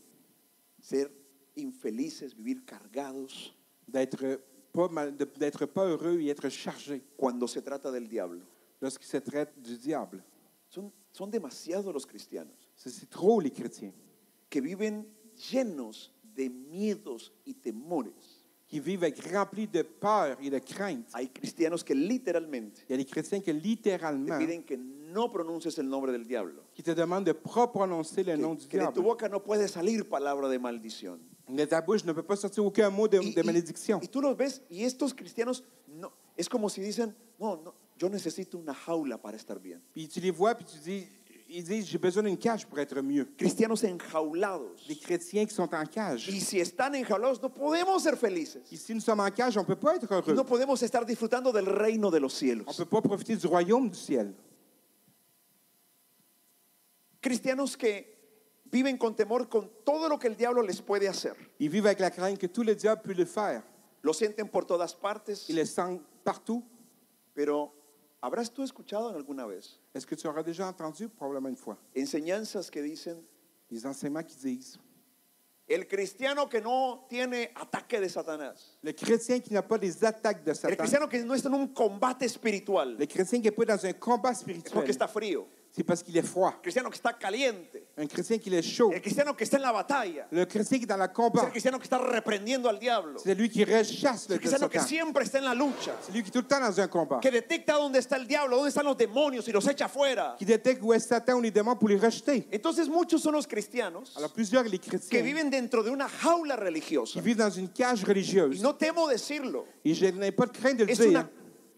S2: ser infelices, vivir cargados
S3: d'être pas, mal- de- d'être pas heureux et être chargés
S2: cuando se trata del diablo.
S3: lorsqu'il se traite du diable.
S2: Son, son demasiados los cristianos.
S3: Ça, C'est trop les chrétiens
S2: que viven llenos de miedos y temores.
S3: qui vivent avec- remplis de peur et de crainte.
S2: Hay cristianos que literalmente
S3: Il y a des chrétiens qui
S2: te
S3: littéralement
S2: piden que no pronuncies el nombre del diablo.
S3: qui te demandent de pas prononcer le
S2: Que,
S3: nom du
S2: que de tu
S3: diable.
S2: boca no puede salir palabra de maldición.
S3: De ta bouche ne peut pas sortir aucun mot de, de malédiction.
S2: y tú los ves y estos cristianos no, es como si dicen, no, no, yo necesito una jaula para estar bien.
S3: Puis tu les vois, puis tu dis, ils disent, j'ai besoin d'une cage pour être mieux.
S2: Cristianos enjaulados.
S3: Les chrétiens qui sont en cage.
S2: Y si están enjaulados no podemos ser felices.
S3: Ici, nous sommes en cage, on ne peut pas être heureux.
S2: No podemos estar disfrutando del reino de los
S3: On ne
S2: cielos.
S3: peut pas profiter du royaume du ciel.
S2: Cristianos que viven con temor con todo lo que el diablo les puede hacer.
S3: Ils vivent avec la crainte que tout le diable peut le faire.
S2: Lo sienten por todas partes.
S3: Ils le sentent partout.
S2: Pero ¿habrás tú escuchado en alguna vez
S3: Est-ce que tu auras déjà entendu, probablement une fois,
S2: enseñanzas que dicen,
S3: les enseignements qui disent
S2: el cristiano que no tiene ataque de Satanás,
S3: le chrétien qui n'a pas des attaques de
S2: el
S3: Satan,
S2: cristiano que no está en un combate espiritual,
S3: le chrétien qui n'est pas dans un combat
S2: es porque
S3: spirituel,
S2: está frío,
S3: c'est parce qu'il est froid.
S2: el cristiano que está caliente,
S3: Un chrétien qui est chaud,
S2: el cristiano que está en la batalla,
S3: le chrétien qui est dans le
S2: es el
S3: combat,
S2: cristiano que está reprendiendo al diablo,
S3: c'est lui qui rechasse
S2: es
S3: le
S2: el cristiano que
S3: Satan.
S2: siempre está en la lucha,
S3: C'est lui qui est tout le temps dans un combat,
S2: que detecta dónde está el diablo, dónde están los demonios y los echa fuera.
S3: qui détecte où est Satan ou les démons pour les rejeter.
S2: Entonces muchos son los cristianos
S3: Alors plusieurs les
S2: que
S3: chrétiens
S2: viven dentro de una jaula
S3: qui
S2: religiosa.
S3: vivent dans une cage
S2: Y
S3: religieuse,
S2: no temo decirlo,
S3: et je n'ai pas de crainte de le
S2: es
S3: dire,
S2: una,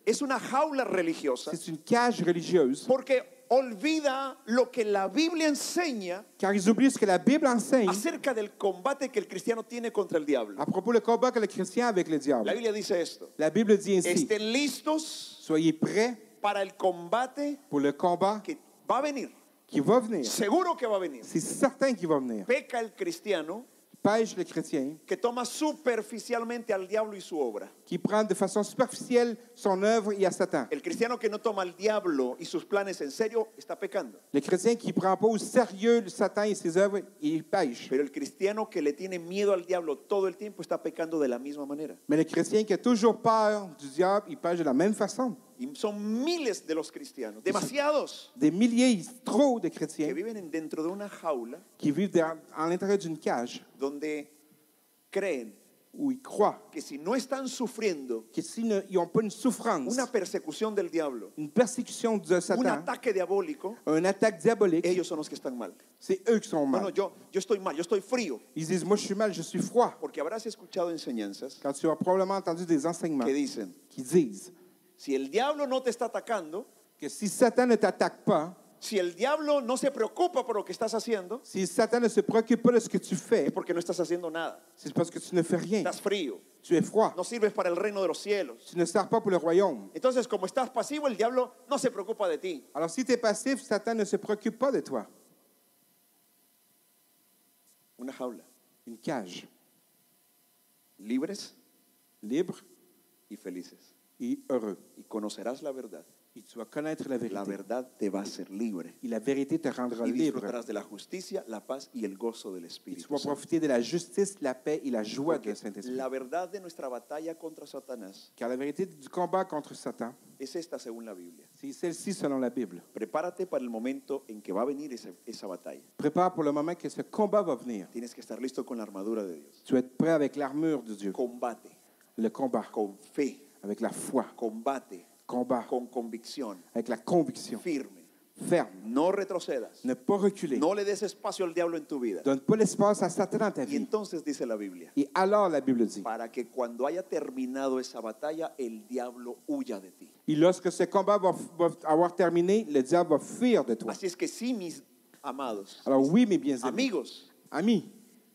S2: es una jaula religiosa
S3: c'est une cage religieuse,
S2: porque olvida lo que la Biblia enseña
S3: car ils oublient ce que la Bible enseigne
S2: acerca del combate que el cristiano tiene contra el diablo.
S3: à propos du combat que le chrétien a avec le
S2: La
S3: diable.
S2: Biblia dice esto.
S3: La Bible dit ainsi,
S2: Estén listos
S3: soyez prêts
S2: para el combate
S3: pour le combat
S2: que va a venir.
S3: qui va venir.
S2: Seguro que va a venir.
S3: C'est certain qu'il va venir.
S2: Peca el cristiano
S3: Pêche le chrétien
S2: que toma superficialmente al diablo y su obra.
S3: qui prend de façon superficielle son œuvre et à Satan.
S2: El cristiano que no toma al diablo y sus planes en serio está pecando.
S3: Le chrétien qui prend pas au sérieux le Satan et ses œuvres, il pêche.
S2: Pero el cristiano que le tiene miedo al diablo todo el tiempo está pecando de la misma manera.
S3: Mais le chrétien qui a toujours peur du diable, il pêche de la même façon.
S2: Y son miles de los cristianos, demasiados,
S3: Des milliers, trop de
S2: que
S3: chrétiens
S2: viven en- dentro de una jaula
S3: qui vivent dans- à l'intérieur d'une cage
S2: donde creen
S3: où ils croient
S2: que si no están sufriendo
S3: que s'ils ne- ils n'ont pas une souffrance,
S2: una persecución del diablo,
S3: une persécution de
S2: un
S3: Satan,
S2: ataque diabólico,
S3: une attaque diabolique,
S2: ellos son los que están mal.
S3: c'est eux qui sont
S2: No, no,
S3: mal.
S2: yo, yo estoy mal, yo estoy frío,
S3: Ils disent, moi je suis mal, je suis froid.
S2: porque habrás escuchado enseñanzas
S3: Quand tu as probablement entendu des enseignements
S2: que dicen,
S3: qui disent
S2: si el diablo no te está atacando,
S3: que si Satan ne t'attaque pas,
S2: si el diablo no se preocupa por lo que estás haciendo,
S3: si Satan ne se préoccupe pas de ce que tu fais,
S2: es porque no estás haciendo nada,
S3: c'est parce que tu ne fais rien.
S2: estás frío,
S3: Tu es froid.
S2: no sirves para el reino de los cielos.
S3: Tu ne sers pas pour le royaume.
S2: Entonces, como estás pasivo, el diablo no se preocupa de ti.
S3: Alors si tu es passif, Satan ne se préoccupe pas de toi.
S2: Una jaula,
S3: Une cage,
S2: libres
S3: libre
S2: y felices.
S3: et heureux.
S2: Y conocerás la verdad.
S3: Et tu vas connaître la
S2: La
S3: vérité.
S2: verdad te va a hacer libre.
S3: Et la vérité te rendra
S2: Y
S3: libre.
S2: disfrutarás de la justicia, la paz y el gozo del
S3: Et tu
S2: Espíritu.
S3: vas
S2: Santo.
S3: profiter de la justice, la paix et la joie
S2: Porque
S3: de Saint-Esprit.
S2: la verdad de nuestra batalla contra Satanás
S3: Car la vérité du combat contre Satan,
S2: es esta según la Biblia.
S3: c'est celle-ci selon la Bible.
S2: Prepárate para el momento en que va a venir esa, esa batalla.
S3: Prépare pour le moment que ce combat va venir.
S2: Tienes que estar listo con la armadura de Dios.
S3: Tu vas être prêt avec l'armure de Dieu.
S2: Combate
S3: Le combat,
S2: con fe,
S3: avec la foi.
S2: combate
S3: Combat,
S2: con convicción,
S3: avec la conviction.
S2: firme.
S3: Ferme.
S2: No retrocedas.
S3: Ne pas reculer.
S2: No le des espacio al diablo en tu vida.
S3: Donne pas l'espace à Satan dans ta
S2: Y
S3: vie.
S2: entonces dice la Biblia,
S3: Et alors, la Bible dit,
S2: para que cuando haya terminado esa batalla, el diablo huya de ti.
S3: et lorsque ce combat va, va avoir terminé, le diable va fuir de toi.
S2: Así es que sí, mis amados,
S3: Alors oui, mes bien aimés,
S2: amigos,
S3: amis,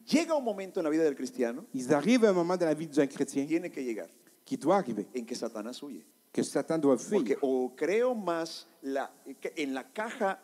S2: llega un momento en la vida del cristiano,
S3: il arrive un moment dans la vie d'un chrétien
S2: tiene que llegar,
S3: qui doit arriver,
S2: en que Satanás huye.
S3: que Satan doit
S2: Porque
S3: fuir.
S2: o creo más la, en la caja,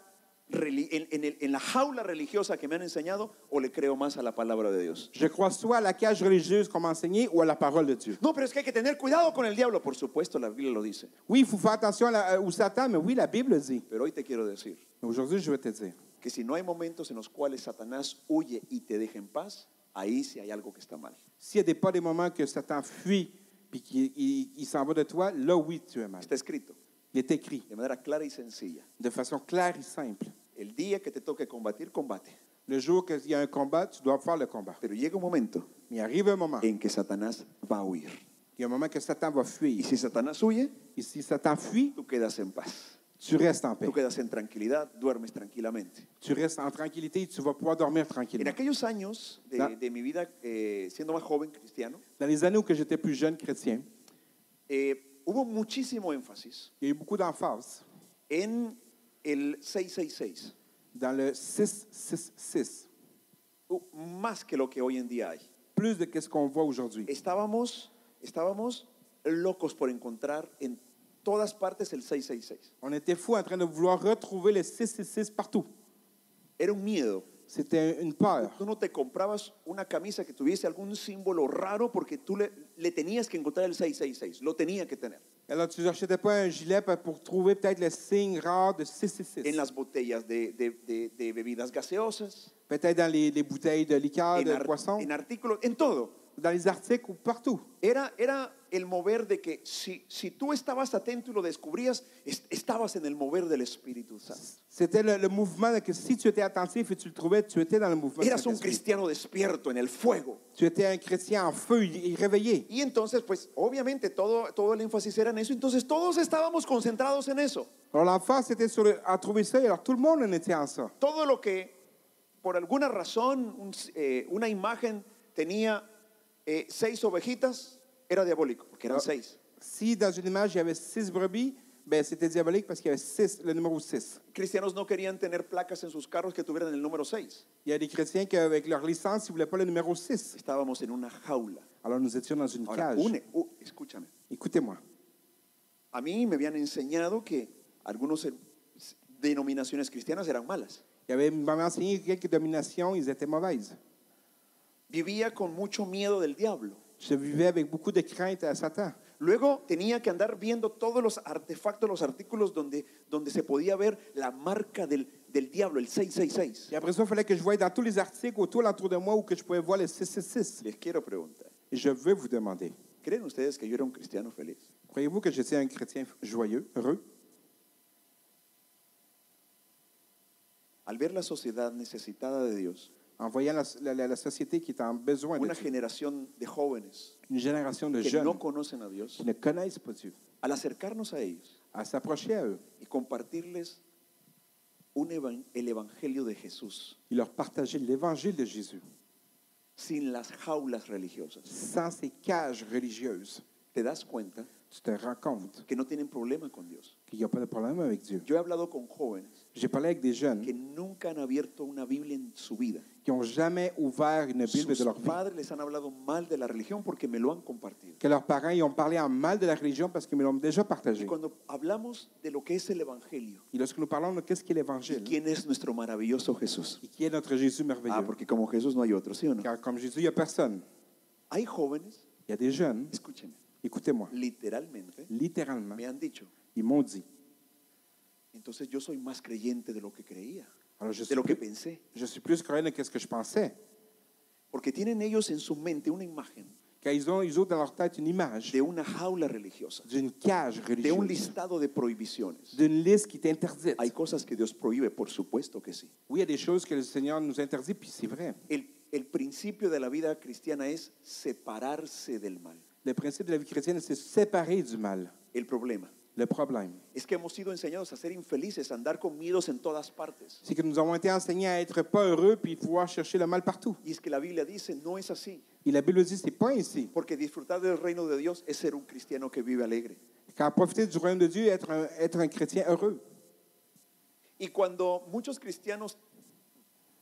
S2: reli- en, en el- en la jaula religiosa que me han enseñado, o le creo más a la palabra de Dios.
S3: Je crois soit à la cage religieuse qu'on m'a enseignée ou à la parole de Dieu.
S2: No, pero es que hay que tener cuidado con el diablo, por supuesto, la Biblia lo dice.
S3: Oui, il faut faire attention à la- euh, au Satan, mais oui, la Bible dit.
S2: Pero hoy te quiero decir
S3: Aujourd'hui, je vais te dire
S2: que si no hay momentos en los cuales Satanás huye y te deja en paz, ahí sí hay algo que está mal.
S3: S'il n'y a des- pas des moments que Satan fuit puis qu'il il- il s'en va de toi, là oui, tu es mal.
S2: Está escrito
S3: Il est écrit
S2: de manera clara y sencilla.
S3: de façon claire et simple.
S2: El día que te toque combatir, combate.
S3: Le jour qu'il y a un combat, tu dois faire le combat.
S2: Pero llega un momento
S3: Mais il arrive un moment,
S2: en que Satanás va a huir.
S3: il y a un moment que Satan va
S2: Y
S3: fuir.
S2: si Satanás huye,
S3: Et si Satan fuit,
S2: tú quedas en paz.
S3: tu restes en paix.
S2: Tú quedas en tranquilidad, duermes tranquilamente.
S3: Tu restes en tranquillité et tu vas pouvoir dormir
S2: En
S3: tranquillement.
S2: aquellos años
S3: Da-
S2: de, de mi vida, eh, siendo más joven cristiano,
S3: Dans les années où que j'étais plus jeune chrétien,
S2: eh, hubo muchísimo énfasis
S3: il y a eu beaucoup d'emphase
S2: en el 666,
S3: dans le 6-6-6,
S2: u- más que lo que hoy en día hay.
S3: plus de ce qu'on voit aujourd'hui.
S2: Estábamos, estábamos locos por encontrar en todas partes el 666.
S3: On était fous en train de vouloir retrouver le 6-6-6 partout.
S2: Era un miedo.
S3: C'était une peur.
S2: Tú no te comprabas una camisa que tuviese algún símbolo raro porque tú le, le tenías que encontrar el 666, lo tenía que tener.
S3: Alors, tu n'achetais pas un gilet pa- pour trouver peut-être le signe rare de
S2: En
S3: 666.
S2: las botellas de- de- de- de bebidas gaseosas,
S3: Peut-être dans les, les bouteilles de liqueur,
S2: en,
S3: Ah, de
S2: ar-
S3: poisson,
S2: en artículos, en todo.
S3: dans les articles ou partout.
S2: Era, era el mover de que si, si tú estabas atento y lo descubrías, es- estabas en el mover del Espíritu Santo.
S3: C'était le, le mouvement de que si tu étais attentif et tu le trouvais, tu étais dans le mouvement. du
S2: Eras un
S3: Saint-Esprit.
S2: cristiano despierto en el fuego.
S3: Tu étais un chrétien en feu et et réveillé.
S2: Y entonces, pues obviamente todo, todo el énfasis era en eso. Entonces todos estábamos concentrados en eso.
S3: Alors, l'enfant, c'était sur le- à trouver ça, et alors tout le monde en était en ça.
S2: Todo lo que por alguna razón un- eh, una imagen tenía eh, seis ovejitas era diabólico, porque eran
S3: Ah.
S2: seis.
S3: Si dans une image, il y avait six brebis, ben, c'était diabolique parce qu'il y avait six, le numéro 6.
S2: Cristianos no querían tener placas en sus carros que tuvieran el número seis.
S3: Il y a des chrétiens qui, avec leur licence, ils ne voulaient pas le numéro 6.
S2: Estábamos en una jaula.
S3: Alors, nous étions dans une
S2: Ahora,
S3: cage.
S2: une- uh, escúchame.
S3: Écoutez-moi.
S2: A mí me habían enseñado que algunas denominaciones cristianas eran malas.
S3: Il y avait il m'avait enseigné que quelques dominations, ils étaient mauvaises.
S2: Vivía con mucho miedo del diablo.
S3: Je vivais avec beaucoup de crainte à Satan.
S2: Luego tenía que andar viendo todos los artefactos, los artículos donde, donde se podía ver la marca del, del diablo, el 666.
S3: Et après ça, il fallait que je voie dans tous les articles autour l'entour de moi où que je pouvais voir le 666.
S2: Les quiero preguntar,
S3: Et je veux vous demander,
S2: ¿creen ustedes que yo era un cristiano feliz?
S3: croyez-vous que j'étais un chrétien joyeux, heureux?
S2: Al ver la sociedad necesitada de Dios,
S3: En voyant la, la- la- la société qui est en besoin d'une
S2: una generación de jóvenes
S3: une génération de
S2: que
S3: jeunes
S2: no conocen a Dios,
S3: qui ne connaissent pas Dieu,
S2: al acercarnos a ellos
S3: à s'approcher à eux
S2: y compartirles un evan- el Evangelio de Jesús
S3: et leur partager l'évangile de Jésus
S2: sin las jaulas religiosas,
S3: sans ces cages religieuses,
S2: te das cuenta
S3: tu tu te rends compte
S2: que no tienen problema con Dios.
S3: qu'il n'y a pas de problème avec Dieu.
S2: Yo he hablado con jóvenes
S3: J'ai parlé avec des jeunes
S2: que nunca han abierto una Biblia en su vida.
S3: qui n'ont jamais ouvert une Bible
S2: Sus
S3: de leur vie,
S2: padres les han hablado mal de la religión porque me lo han compartido.
S3: que leurs parents ils ont parlé en mal de la religion parce qu'ils me l'ont déjà
S2: Y
S3: partagé.
S2: cuando hablamos de lo que es el Evangelio,
S3: Et lorsque nous parlons de qu'est-ce qu'est
S2: ¿y
S3: l'Évangile
S2: quién es nuestro maravilloso Jesús?
S3: et qui est notre Jésus
S2: Ah,
S3: merveilleux,
S2: porque como Jesús no hay otro, ¿sí o no?
S3: car comme Jésus, il n'y a personne.
S2: Hay jóvenes,
S3: Il y a des jeunes,
S2: escúchenme,
S3: écoutez-moi,
S2: literalmente
S3: littéralement,
S2: me han dicho,
S3: ils m'ont dit,
S2: entonces yo soy más creyente de lo que creía,
S3: alors je
S2: de
S3: suis
S2: lo que
S3: plus,
S2: pensé,
S3: je suis plus croyant que ce que je pensais,
S2: porque tienen ellos en su mente una imagen
S3: car ils ont, ils ont dans leur tête une image
S2: de una jaula religiosa,
S3: d'une cage
S2: de un
S3: religieuse,
S2: listado de prohibiciones.
S3: d'une liste qui est interdite.
S2: Hay cosas que Dios prohíbe, por supuesto que sí.
S3: Oui, il y a des choses que le Seigneur nous interdit, puis c'est vrai.
S2: El, el principio de la vida cristiana es separarse del mal.
S3: Le principe de la vie chrétienne, c'est se séparer du mal.
S2: El problema
S3: Le problème,
S2: es que hemos sido enseñados a ser infelices, a andar con miedos en todas partes.
S3: c'est que nous avons été enseignés à être pas heureux puis pouvoir chercher le mal partout.
S2: Y es que la Biblia dice, no es así,
S3: Et la Bible dit, c'est pas ainsi.
S2: porque disfrutar del reino de Dios es ser un cristiano que vive alegre.
S3: Car profiter du royaume de Dieu, être un, être un chrétien heureux.
S2: Y cuando muchos cristianos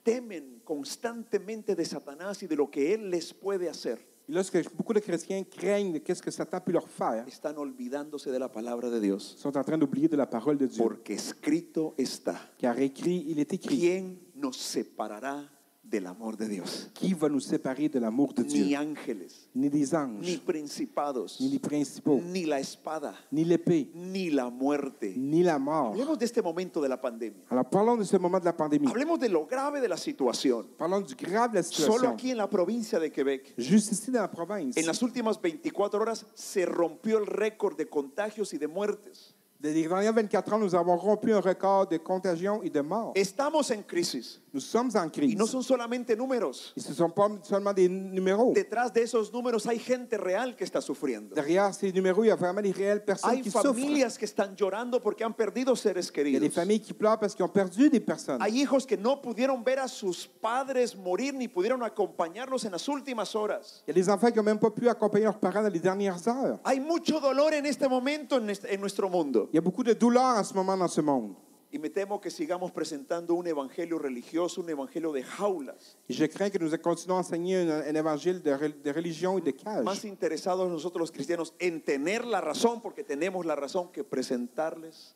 S2: temen constantemente de Satanás y de lo que Él les puede hacer,
S3: Et lorsque beaucoup de chrétiens craignent de qu'est-ce que Satan peut leur faire,
S2: están olvidándose de la palabra de Dios.
S3: ils sont en train d'oublier de la parole de Dieu.
S2: Porque escrito está,
S3: Car écrit, il est écrit,
S2: ¿quién nos separará del amor de Dios?
S3: qui va nous séparer de l'amour de
S2: Ni
S3: Dieu?
S2: ángeles,
S3: Ni des
S2: ni
S3: anges,
S2: principados,
S3: ni les principaux,
S2: ni la espada,
S3: ni l'épée,
S2: ni la muerte.
S3: ni la mort.
S2: Hablemos de este momento de la pandemia.
S3: Alors parlons de ce moment de la pandémie.
S2: Hablemos de lo grave de la situación.
S3: Parlons du grave de la
S2: Solo
S3: situation.
S2: aquí en la provincia de Quebec,
S3: Juste ici dans la province,
S2: en las últimas 24 horas se rompió el récord de contagios y de muertes.
S3: des dernières 24 ans, nous avons rompu un record de contagion et de morts.
S2: Estamos en crisis
S3: Nous sommes en crise.
S2: y no son solamente números.
S3: Et ce ne sont pas seulement des numéros.
S2: Detrás de esos números hay gente real que está sufriendo.
S3: Derrière ces numéros, il y a vraiment des réelles personnes
S2: Hay
S3: qui souffrent. Il
S2: familias que están llorando porque han perdido seres
S3: y a des
S2: queridos.
S3: familles qui pleurent parce qu'ils ont perdu des personnes.
S2: Hay hijos que no pudieron ver a sus padres morir ni pudieron acompañarlos en las últimas horas.
S3: Il y a des enfants qui n'ont même pas pu accompagner leurs parents dans les dernières heures.
S2: Hay mucho dolor en este momento en, este- en nuestro mundo.
S3: Il y a beaucoup de douleur en ce moment dans ce monde.
S2: Y me temo que sigamos presentando un evangelio religioso, un evangelio de jaulas,
S3: Et je crains que nous continuons à enseigner un, un évangile de, re- de religion et de cage.
S2: más interesados nosotros los cristianos en tener la razón, porque tenemos la razón, que presentarles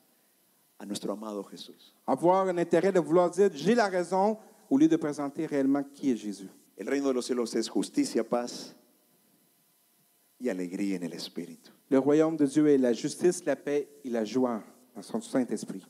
S2: a nuestro amado Jesús.
S3: Avoir un intérêt de vouloir dire j'ai la raison au lieu de présenter réellement qui est Jésus.
S2: El reino de los cielos es justicia, paz y alegría en el Espíritu.
S3: Le royaume de Dieu est la justice, la paix et la joie dans son Saint-Esprit.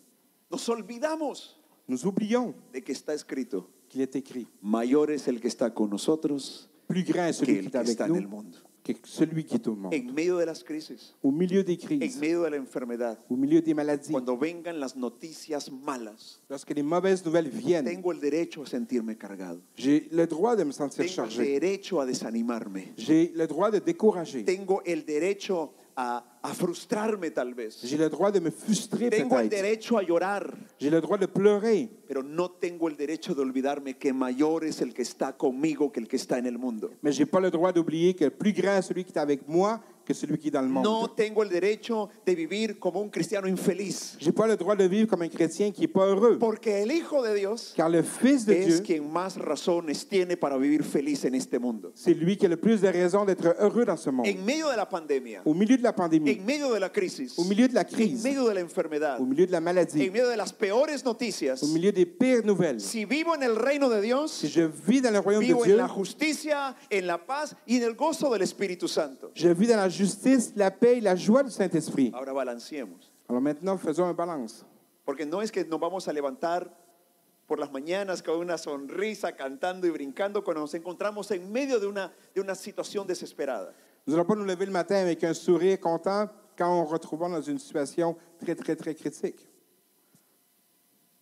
S2: Nos olvidamos
S3: Nous oublions
S2: de que está escrito,
S3: qu'il est écrit
S2: mayor es el que está con nosotros
S3: plus grand
S2: que
S3: est celui qui
S2: el
S3: est
S2: que
S3: avec
S2: está en el
S3: nous
S2: mundo.
S3: que celui qui est au monde.
S2: En medio de las crisis,
S3: Au milieu des
S2: en
S3: crises,
S2: medio de la enfermedad,
S3: au milieu des maladies,
S2: cuando vengan las noticias malas,
S3: lorsque les mauvaises nouvelles viennent,
S2: tengo el derecho a sentirme cargado.
S3: j'ai le droit de me sentir
S2: Tengo el
S3: chargé.
S2: derecho a desanimarme.
S3: J'ai le droit de décourager.
S2: Tengo el derecho a, a frustrarme tal vez.
S3: J'ai le droit de me frustrer
S2: Tengo el
S3: peut-être.
S2: derecho a llorar,
S3: J'ai le droit de pleurer.
S2: pero no tengo el derecho de olvidarme que mayor es el que está conmigo que el que está en el mundo.
S3: Mais j'ai pas le droit d'oublier que plus grand est celui qui est avec moi que celui qui est dans le monde.
S2: No tengo el derecho de vivir como un cristiano infeliz,
S3: J'ai pas le droit de vivre comme un chrétien qui est pas heureux.
S2: porque el Hijo de Dios
S3: Car le Fils de
S2: es
S3: Dieu,
S2: quien más razones tiene para vivir feliz en este mundo.
S3: c'est lui qui a le plus de raisons d'être heureux dans ce monde.
S2: En medio de la pandemia,
S3: Au milieu de la pandémie,
S2: en medio de la crisis,
S3: au milieu de la
S2: en
S3: crise,
S2: medio de la enfermedad,
S3: au milieu de la
S2: en
S3: maladie,
S2: medio de las peores noticias,
S3: au milieu des pires nouvelles,
S2: si vivo en el reino de Dios,
S3: si je vis dans le royaume
S2: vivo
S3: de
S2: en
S3: Dieu,
S2: la justicia, en la paz y en el gozo del Espíritu Santo.
S3: je vis dans la justice, la paix et la joie du Saint-Esprit.
S2: Ahora balanceemos,
S3: Alors maintenant, faisons un balance.
S2: porque no es que nos vamos a levantar por las mañanas con una sonrisa, cantando y brincando cuando nos encontramos en medio de una, de una situación desesperada.
S3: Nous n'allons pas nous lever le matin avec un sourire content quand on retrouvons dans une situation très, très, très critique.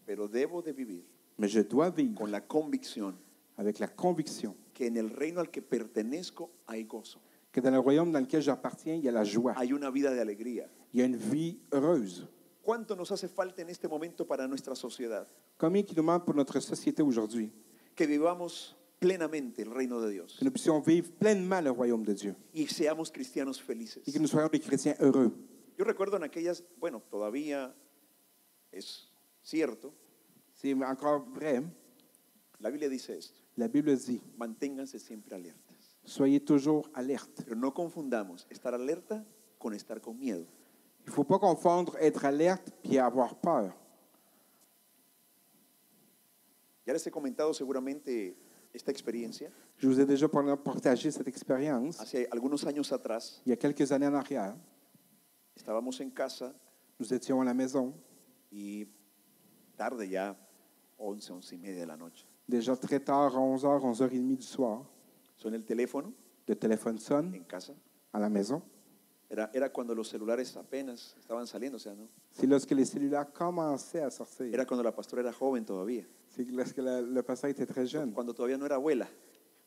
S2: Pero debo de vivir
S3: Mais je dois vivre
S2: con la convicción
S3: avec la conviction
S2: que en el reino al que pertenezco hay gozo,
S3: que dans le royaume dans lequel j'appartiens, il y a la joie,
S2: hay una vida de alegría.
S3: il y a une vie heureuse.
S2: ¿Cuánto nos hace falta en este momento para nuestra sociedad?
S3: Combien qui nous manque pour notre société aujourd'hui?
S2: Que vivamos plenamente el reino de Dios
S3: que nous puissions vivre pleinement le royaume de Dieu
S2: y seamos cristianos felices.
S3: et que nous soyons des chrétiens heureux.
S2: Yo recuerdo en aquellas, bueno, todavía es cierto,
S3: C'est encore vrai, hein?
S2: la Biblia dice esto,
S3: la Bible dit,
S2: manténganse siempre alertas,
S3: soyez toujours alerte.
S2: pero no confundamos estar alerta con estar con miedo.
S3: Il ne faut pas confondre être alerte puis avoir peur.
S2: Ya les he comentado seguramente esta experiencia
S3: Je vous ai déjà par- partagé cette expérience
S2: hace algunos años atrás.
S3: il y a quelques années en arrière.
S2: Estábamos en casa
S3: Nous étions à la maison,
S2: y tarde ya, 11, 11 y media de la noche.
S3: déjà très tard, à 11h, 11h30 du soir.
S2: Suena el teléfono
S3: Le téléphone sonne
S2: en casa.
S3: à la maison.
S2: Era, era cuando los celulares apenas estaban saliendo, o sea, ¿no?
S3: C'est lorsque les cellulaires commençaient à sortir.
S2: Era cuando la pastora era joven todavía,
S3: C'est lorsque la- le pasteur était très jeune.
S2: cuando todavía no era abuela.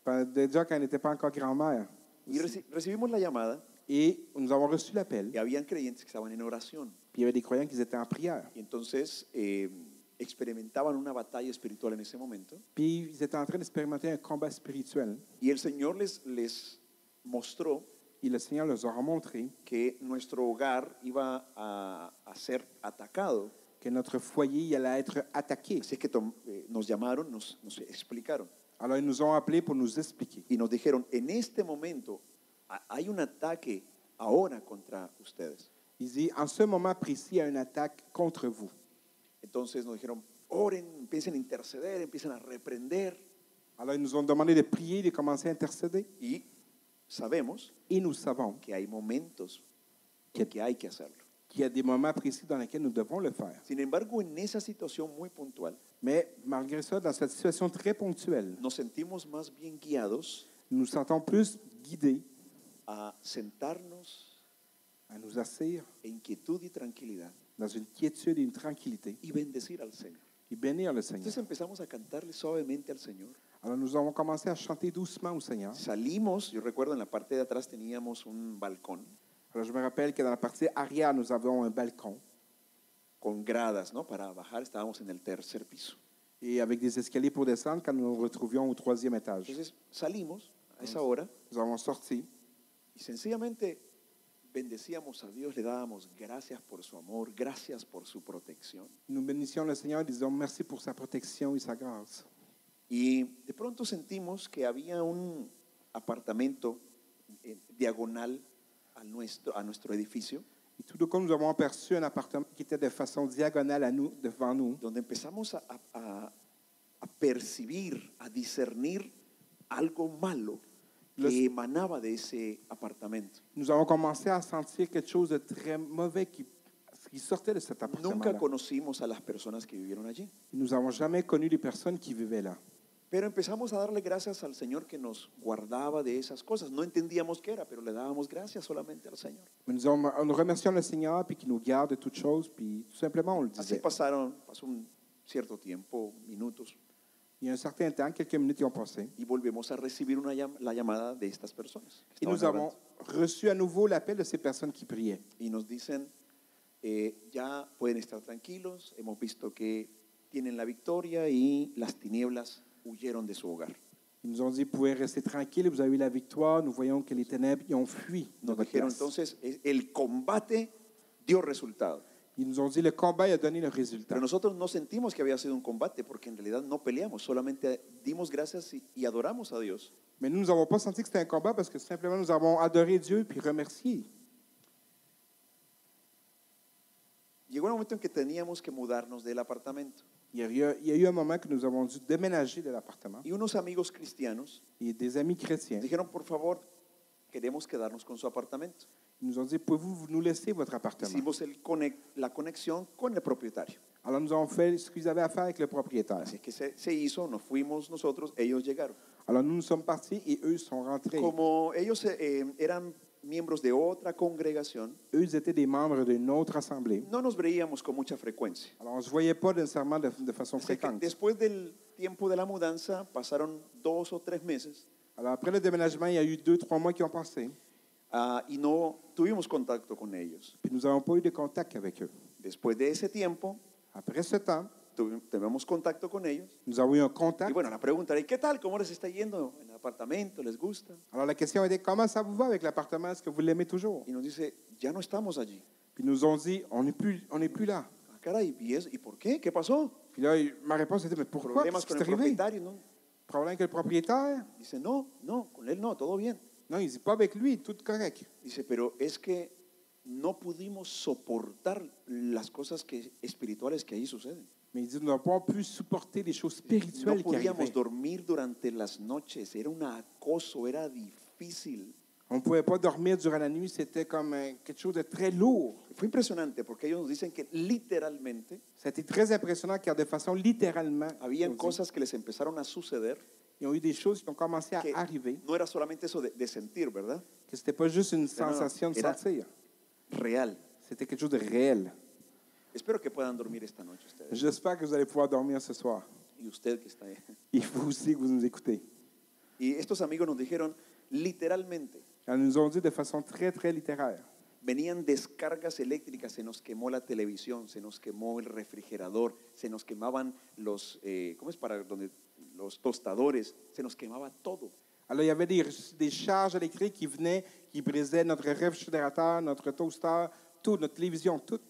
S3: Pas- Déjà quand elle n'était pas encore grand-mère.
S2: Y reci- recibimos la llamada
S3: Et nous avons reçu l'appel.
S2: y habían creyentes que estaban en oración.
S3: Puis il y avait des croyants qui étaient en prière.
S2: Y entonces eh, experimentaban una batalla espiritual en ese momento.
S3: Puis ils étaient en train d'expérimenter un combat spirituel.
S2: Y el Señor les, les mostró
S3: Et le Seigneur leur a montré
S2: que nuestro hogar iba a, a ser atacado.
S3: que notre foyer il allait être attaqué.
S2: Así que tom- eh, nos llamaron, nos, nos explicaron
S3: Alors ils nous ont appelés pour nous expliquer.
S2: y nos dijeron, en este momento ha- hay un ataque ahora contra ustedes.
S3: Ils disent, en ce moment précis, il y a une attaque contre vous.
S2: Entonces nos dijeron, oren, empiecen a interceder, empiecen a reprender.
S3: Alors ils nous ont demandé de prier, de commencer à intercéder.
S2: Y sabemos
S3: Et nous savons
S2: que hay momentos en que hay que hacerlo.
S3: qu'il y a des moments précis dans lesquels nous devons le faire.
S2: Sin embargo, en esa situación muy puntual,
S3: Mais malgré ça, dans cette situation très ponctuelle,
S2: nos sentimos más bien guiados
S3: nous nous sentons plus guidés
S2: a sentarnos
S3: à nous asseoir
S2: en quietud y tranquilidad
S3: dans une quiétude et une tranquillité
S2: y bendecir al Señor.
S3: et bénir le Seigneur.
S2: Entonces empezamos a cantarle suavemente al Señor.
S3: Alors nous avons commencé à chanter doucement au Seigneur.
S2: Salimos, yo recuerdo en la parte de atrás teníamos un balcón
S3: Alors je me rappelle que dans la partie arrière, nous avons un balcon
S2: con gradas, ¿no? Para bajar estábamos en el tercer piso.
S3: et avec des escaliers pour descendre quand nous nous retrouvions au troisième étage.
S2: Entonces salimos a esa hora
S3: Nous avons sorti
S2: y sencillamente bendecíamos a Dios, le dábamos gracias por su amor, gracias por su protección.
S3: Nous bénissions le Seigneur et disons merci pour sa protection et sa grâce.
S2: Y de pronto sentimos que había un apartamento eh, diagonal a nuestro, a nuestro edificio,
S3: Et tout de coup, nous avons aperçu un appartement qui était de façon diagonale à nous, devant nous.
S2: donde empezamos a, a- a- a percibir, a discernir algo malo que
S3: Los-
S2: emanaba de ese apartamento.
S3: Nous avons commencé à sentir quelque chose de très mauvais qui, qui sortait de cet appartement.
S2: Nunca conocimos a las personas que vivieron allí,
S3: Nous n'avons jamais connu les personnes qui vivaient là.
S2: pero empezamos a darle gracias al Señor que nos guardaba de esas cosas. No entendíamos qué era, pero le dábamos gracias solamente al Señor.
S3: Mais nous, avons- nous remercions le Seigneur puis qui nous garde de toutes choses puis tout simplement on le
S2: Así
S3: disait.
S2: pasaron, pasó un cierto tiempo, minutos,
S3: Il y a un certain temps, quelques minutes y ont passé,
S2: y volvemos a recibir una llam- la llamada de estas personas. que
S3: et nous
S2: estaban
S3: avons
S2: orando.
S3: reçu à nouveau l'appel de ces personnes qui priaient.
S2: Y nos dicen, eh, ya pueden estar tranquilos, hemos visto que tienen la victoria y las tinieblas huyeron de su hogar.
S3: Ils nous ont dit, vous pouvez rester tranquilles, vous avez eu la victoire, nous voyons que les ténèbres y ont fui. de
S2: Nos
S3: votre
S2: dijeron
S3: place.
S2: entonces, "E- el combate dio resultado.
S3: Ils nous ont dit le combat a donné le résultat.
S2: Pero nosotros no sentimos que había sido un combate porque en realidad no peleamos, solamente dimos gracias y, y adoramos a Dios.
S3: Mais nous, nous n'avons pas senti que c'était un combat parce que simplement nous avons adoré Dieu puis remercié.
S2: Llegó un momento en que teníamos que mudarnos del apartamento
S3: Il y, a eu, il y a eu un moment que nous avons dû déménager de l'appartement.
S2: y unos amigos cristianos
S3: Et des amis chrétiens
S2: Nos dijeron, por favor, queremos quedarnos con su apartamento.
S3: ils nous ont dit Pouvez-vous vous nous laisser votre appartement
S2: Hicimos el conec- la conexión con el propietario.
S3: Alors nous avons fait ce qu'ils avaient à faire avec le propriétaire.
S2: Así que se, se hizo, nos fuimos nosotros, ellos llegaron.
S3: Alors nous nous sommes partis et eux sont rentrés.
S2: Como ellos eh, eh, eran miembros de otra congregación,
S3: Eux étaient des membres d'une autre assemblée.
S2: no nos veíamos con mucha frecuencia.
S3: Alors on ne se voyait pas nécessairement de, de façon
S2: Así que
S3: fréquente.
S2: después del tiempo de la mudanza, pasaron dos o tres meses
S3: Alors après le déménagement, il y a eu deux, trois mois qui ont passé.
S2: ah, y no tuvimos contacto con ellos.
S3: Puis nous n'avons pas eu de contact avec eux.
S2: Después de ese tiempo,
S3: Après ce temps,
S2: tuvi- tuvimos contacto con ellos.
S3: Nous avons eu un
S2: Y
S3: contact.
S2: bueno, la pregunta era, ¿y qué tal? ¿Cómo les está yendo en el apartamento? ¿Les gusta?
S3: Alors la question était comment ça vous va avec l'appartement Est-ce que vous l'aimez toujours
S2: Y nos dice, ya no estamos allí.
S3: Puis ils nous ont dit on n'est plus, on n'est plus là.
S2: Ah, caray, ¿y, es- ¿y por qué? ¿Qué pasó?
S3: Puis là, il- ma réponse était mais pourquoi
S2: Problemas
S3: Qu'est-ce qui
S2: con
S3: est
S2: el
S3: arrivé
S2: propietario, ¿no?
S3: Problème avec le propriétaire
S2: Dice, no, no, con él no, todo bien.
S3: Non, il dit pas avec lui, tout correct.
S2: Dice, pero es que no pudimos soportar las cosas que, espirituales que ahí suceden.
S3: Mais il dit nous n'avons pas pu supporter les choses
S2: No
S3: spirituelles qui
S2: podíamos
S3: arrivaient.
S2: dormir durante las noches, era un acoso, era difícil.
S3: On ne pouvait pas dormir durant la nuit, c'était comme euh, quelque chose de très lourd.
S2: Fue impresionante porque ellos nos dicen que literalmente
S3: C'était très impressionnant car de façon littéralement,
S2: habían
S3: on dit,
S2: cosas que les empezaron a suceder.
S3: ils ont eu des choses qui ont commencé à
S2: que
S3: arriver,
S2: no era solamente eso de, de sentir, ¿verdad?
S3: que c'était pas juste une
S2: non, non,
S3: sensation de
S2: era-
S3: sentir,
S2: Real.
S3: c'était quelque chose de réel.
S2: Espero que puedan dormir esta noche ustedes.
S3: J'espère que vous allez pouvoir dormir ce soir.
S2: Y usted que está ahí.
S3: Il faut aussi que vous nous écoutez.
S2: Y estos amigos nos dijeron, literalmente,
S3: Ils nous ont dit de façon très, très littéraire.
S2: venían descargas eléctricas, se nos quemó la televisión, se nos quemó el refrigerador, se nos quemaban los, eh, ¿cómo es para donde? Los tostadores, se nos quemaba todo.
S3: Alors, il y avait des, des charges électriques qui venaient, qui brisaient notre réfrigérateur, notre toaster, tout, notre télévision, tout.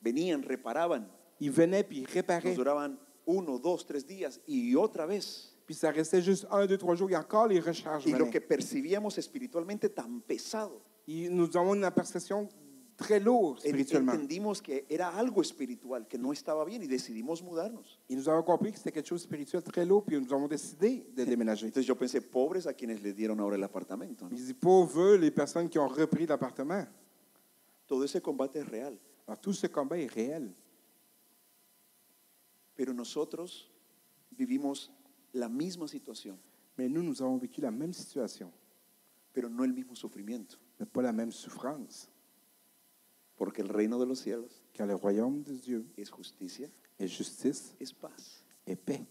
S2: Venían, reparaban,
S3: Ils venaient puis ils
S2: nos
S3: réparaient.
S2: duraban uno, dos, tres días y otra vez.
S3: Puis ça restait juste un, deux, trois jours. Et encore les recharges
S2: Y lo
S3: venaient.
S2: que percibíamos espiritualmente tan pesado,
S3: Ils- nous avons une perception très lourde
S2: en-
S3: spirituellement.
S2: entendimos que era algo espiritual, que no estaba bien y decidimos mudarnos.
S3: Et nous avons compris que c'était quelque chose de spirituel très lourd, puis nous avons décidé de déménager.
S2: Entonces yo pensé, pobres a quienes les dieron ahora el apartamento. ¿no?
S3: Ils disent, pauvres, les personnes qui ont repris l'appartement.
S2: Todo ese combate es real,
S3: Alors, tout ce combat est réel.
S2: pero nosotros vivimos la misma situación,
S3: Mais nous, nous avons vécu la même situation,
S2: pero no el mismo sufrimiento,
S3: mais pas la même souffrance,
S2: porque el reino de los cielos
S3: car le royaume de Dieu
S2: es justicia,
S3: est justice
S2: es paz,
S3: et paix,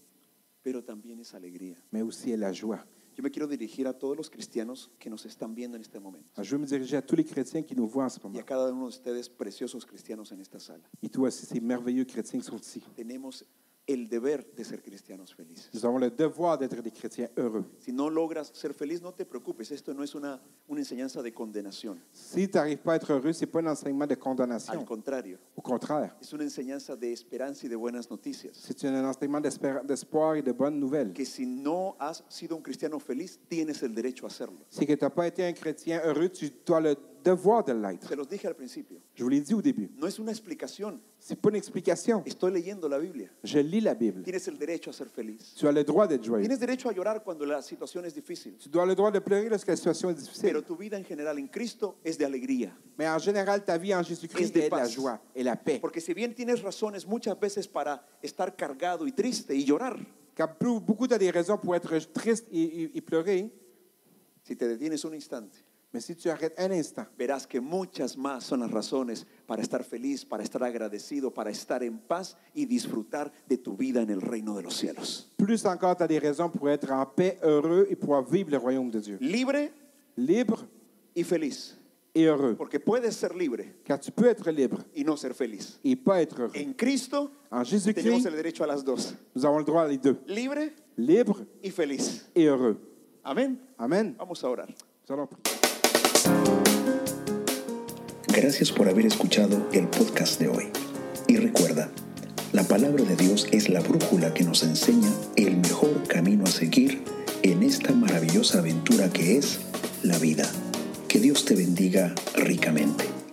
S2: pero también es alegría.
S3: mais aussi est la joie.
S2: Yo me quiero dirigir a todos los cristianos que nos están viendo en este momento
S3: Alors, je veux me diriger à tous les chrétiens qui nous voient en ce
S2: y
S3: moment,
S2: a cada uno de ustedes, preciosos cristianos en esta sala.
S3: et toi aussi, ces merveilleux chrétiens qui sont ici.
S2: Tenemos el deber de ser cristianos felices.
S3: Nous avons le devoir d'être des chrétiens heureux.
S2: Si no logras ser feliz, no te preocupes. Esto no es una, una enseñanza de condenación.
S3: Si tu n'arrives pas à être heureux, ce n'est pas un enseignement de
S2: Al
S3: condamnation.
S2: contrario,
S3: Au contraire,
S2: es una enseñanza de esperanza y de buenas noticias.
S3: c'est un enseignement d'espér- d'espoir et de bonnes nouvelles.
S2: Que si no has sido un cristiano feliz, tienes el derecho a hacerlo.
S3: C'est que tu n'as pas été un chrétien heureux, tu as le devoir de l'être.
S2: Se los dije al principio.
S3: Je vous l'ai dit au début.
S2: No es una explicación.
S3: Ce n'est pas une explication.
S2: Estoy leyendo la Biblia.
S3: Je lis la Bible.
S2: Tienes el derecho a ser feliz.
S3: Tu as le droit d'être joyeux.
S2: Tienes derecho a llorar cuando la situación es difícil.
S3: Tu dois le droit de pleurer lorsque la situation est difficile.
S2: Pero tu vida en general en Cristo es de alegría.
S3: Mais en général, ta vie en
S2: Es
S3: Jésus-Christ
S2: de
S3: est la
S2: paz.
S3: joie et la paix.
S2: Porque si bien tienes razones muchas veces para estar cargado y triste y llorar,
S3: Car peu- beaucoup t'as des raisons pour être triste et, et- et pleurer,
S2: si te detienes un instante,
S3: mais si tu arrêtes un instant,
S2: verás que muchas más son las razones para estar feliz, para estar agradecido, para estar en paz y disfrutar de tu vida en el reino de los cielos.
S3: plus encore tu as des raisons pour être en paix, heureux et pouvoir vivre le royaume de Dieu.
S2: Libre
S3: Libre
S2: y feliz,
S3: et heureux.
S2: porque puedes ser libre
S3: Car tu peux être libre
S2: y no ser feliz.
S3: et pas être heureux.
S2: En Cristo
S3: En
S2: tenemos
S3: Jésus-Christ,
S2: el derecho a las dos,
S3: nous avons le droit à les deux.
S2: libre
S3: Libre
S2: y feliz.
S3: et heureux.
S2: Amén.
S3: Amen.
S2: Vamos a orar.
S3: Nous allons prier.
S1: Gracias por haber escuchado el podcast de hoy. Y recuerda, la palabra de Dios es la brújula que nos enseña el mejor camino a seguir en esta maravillosa aventura que es la vida. Que Dios te bendiga ricamente.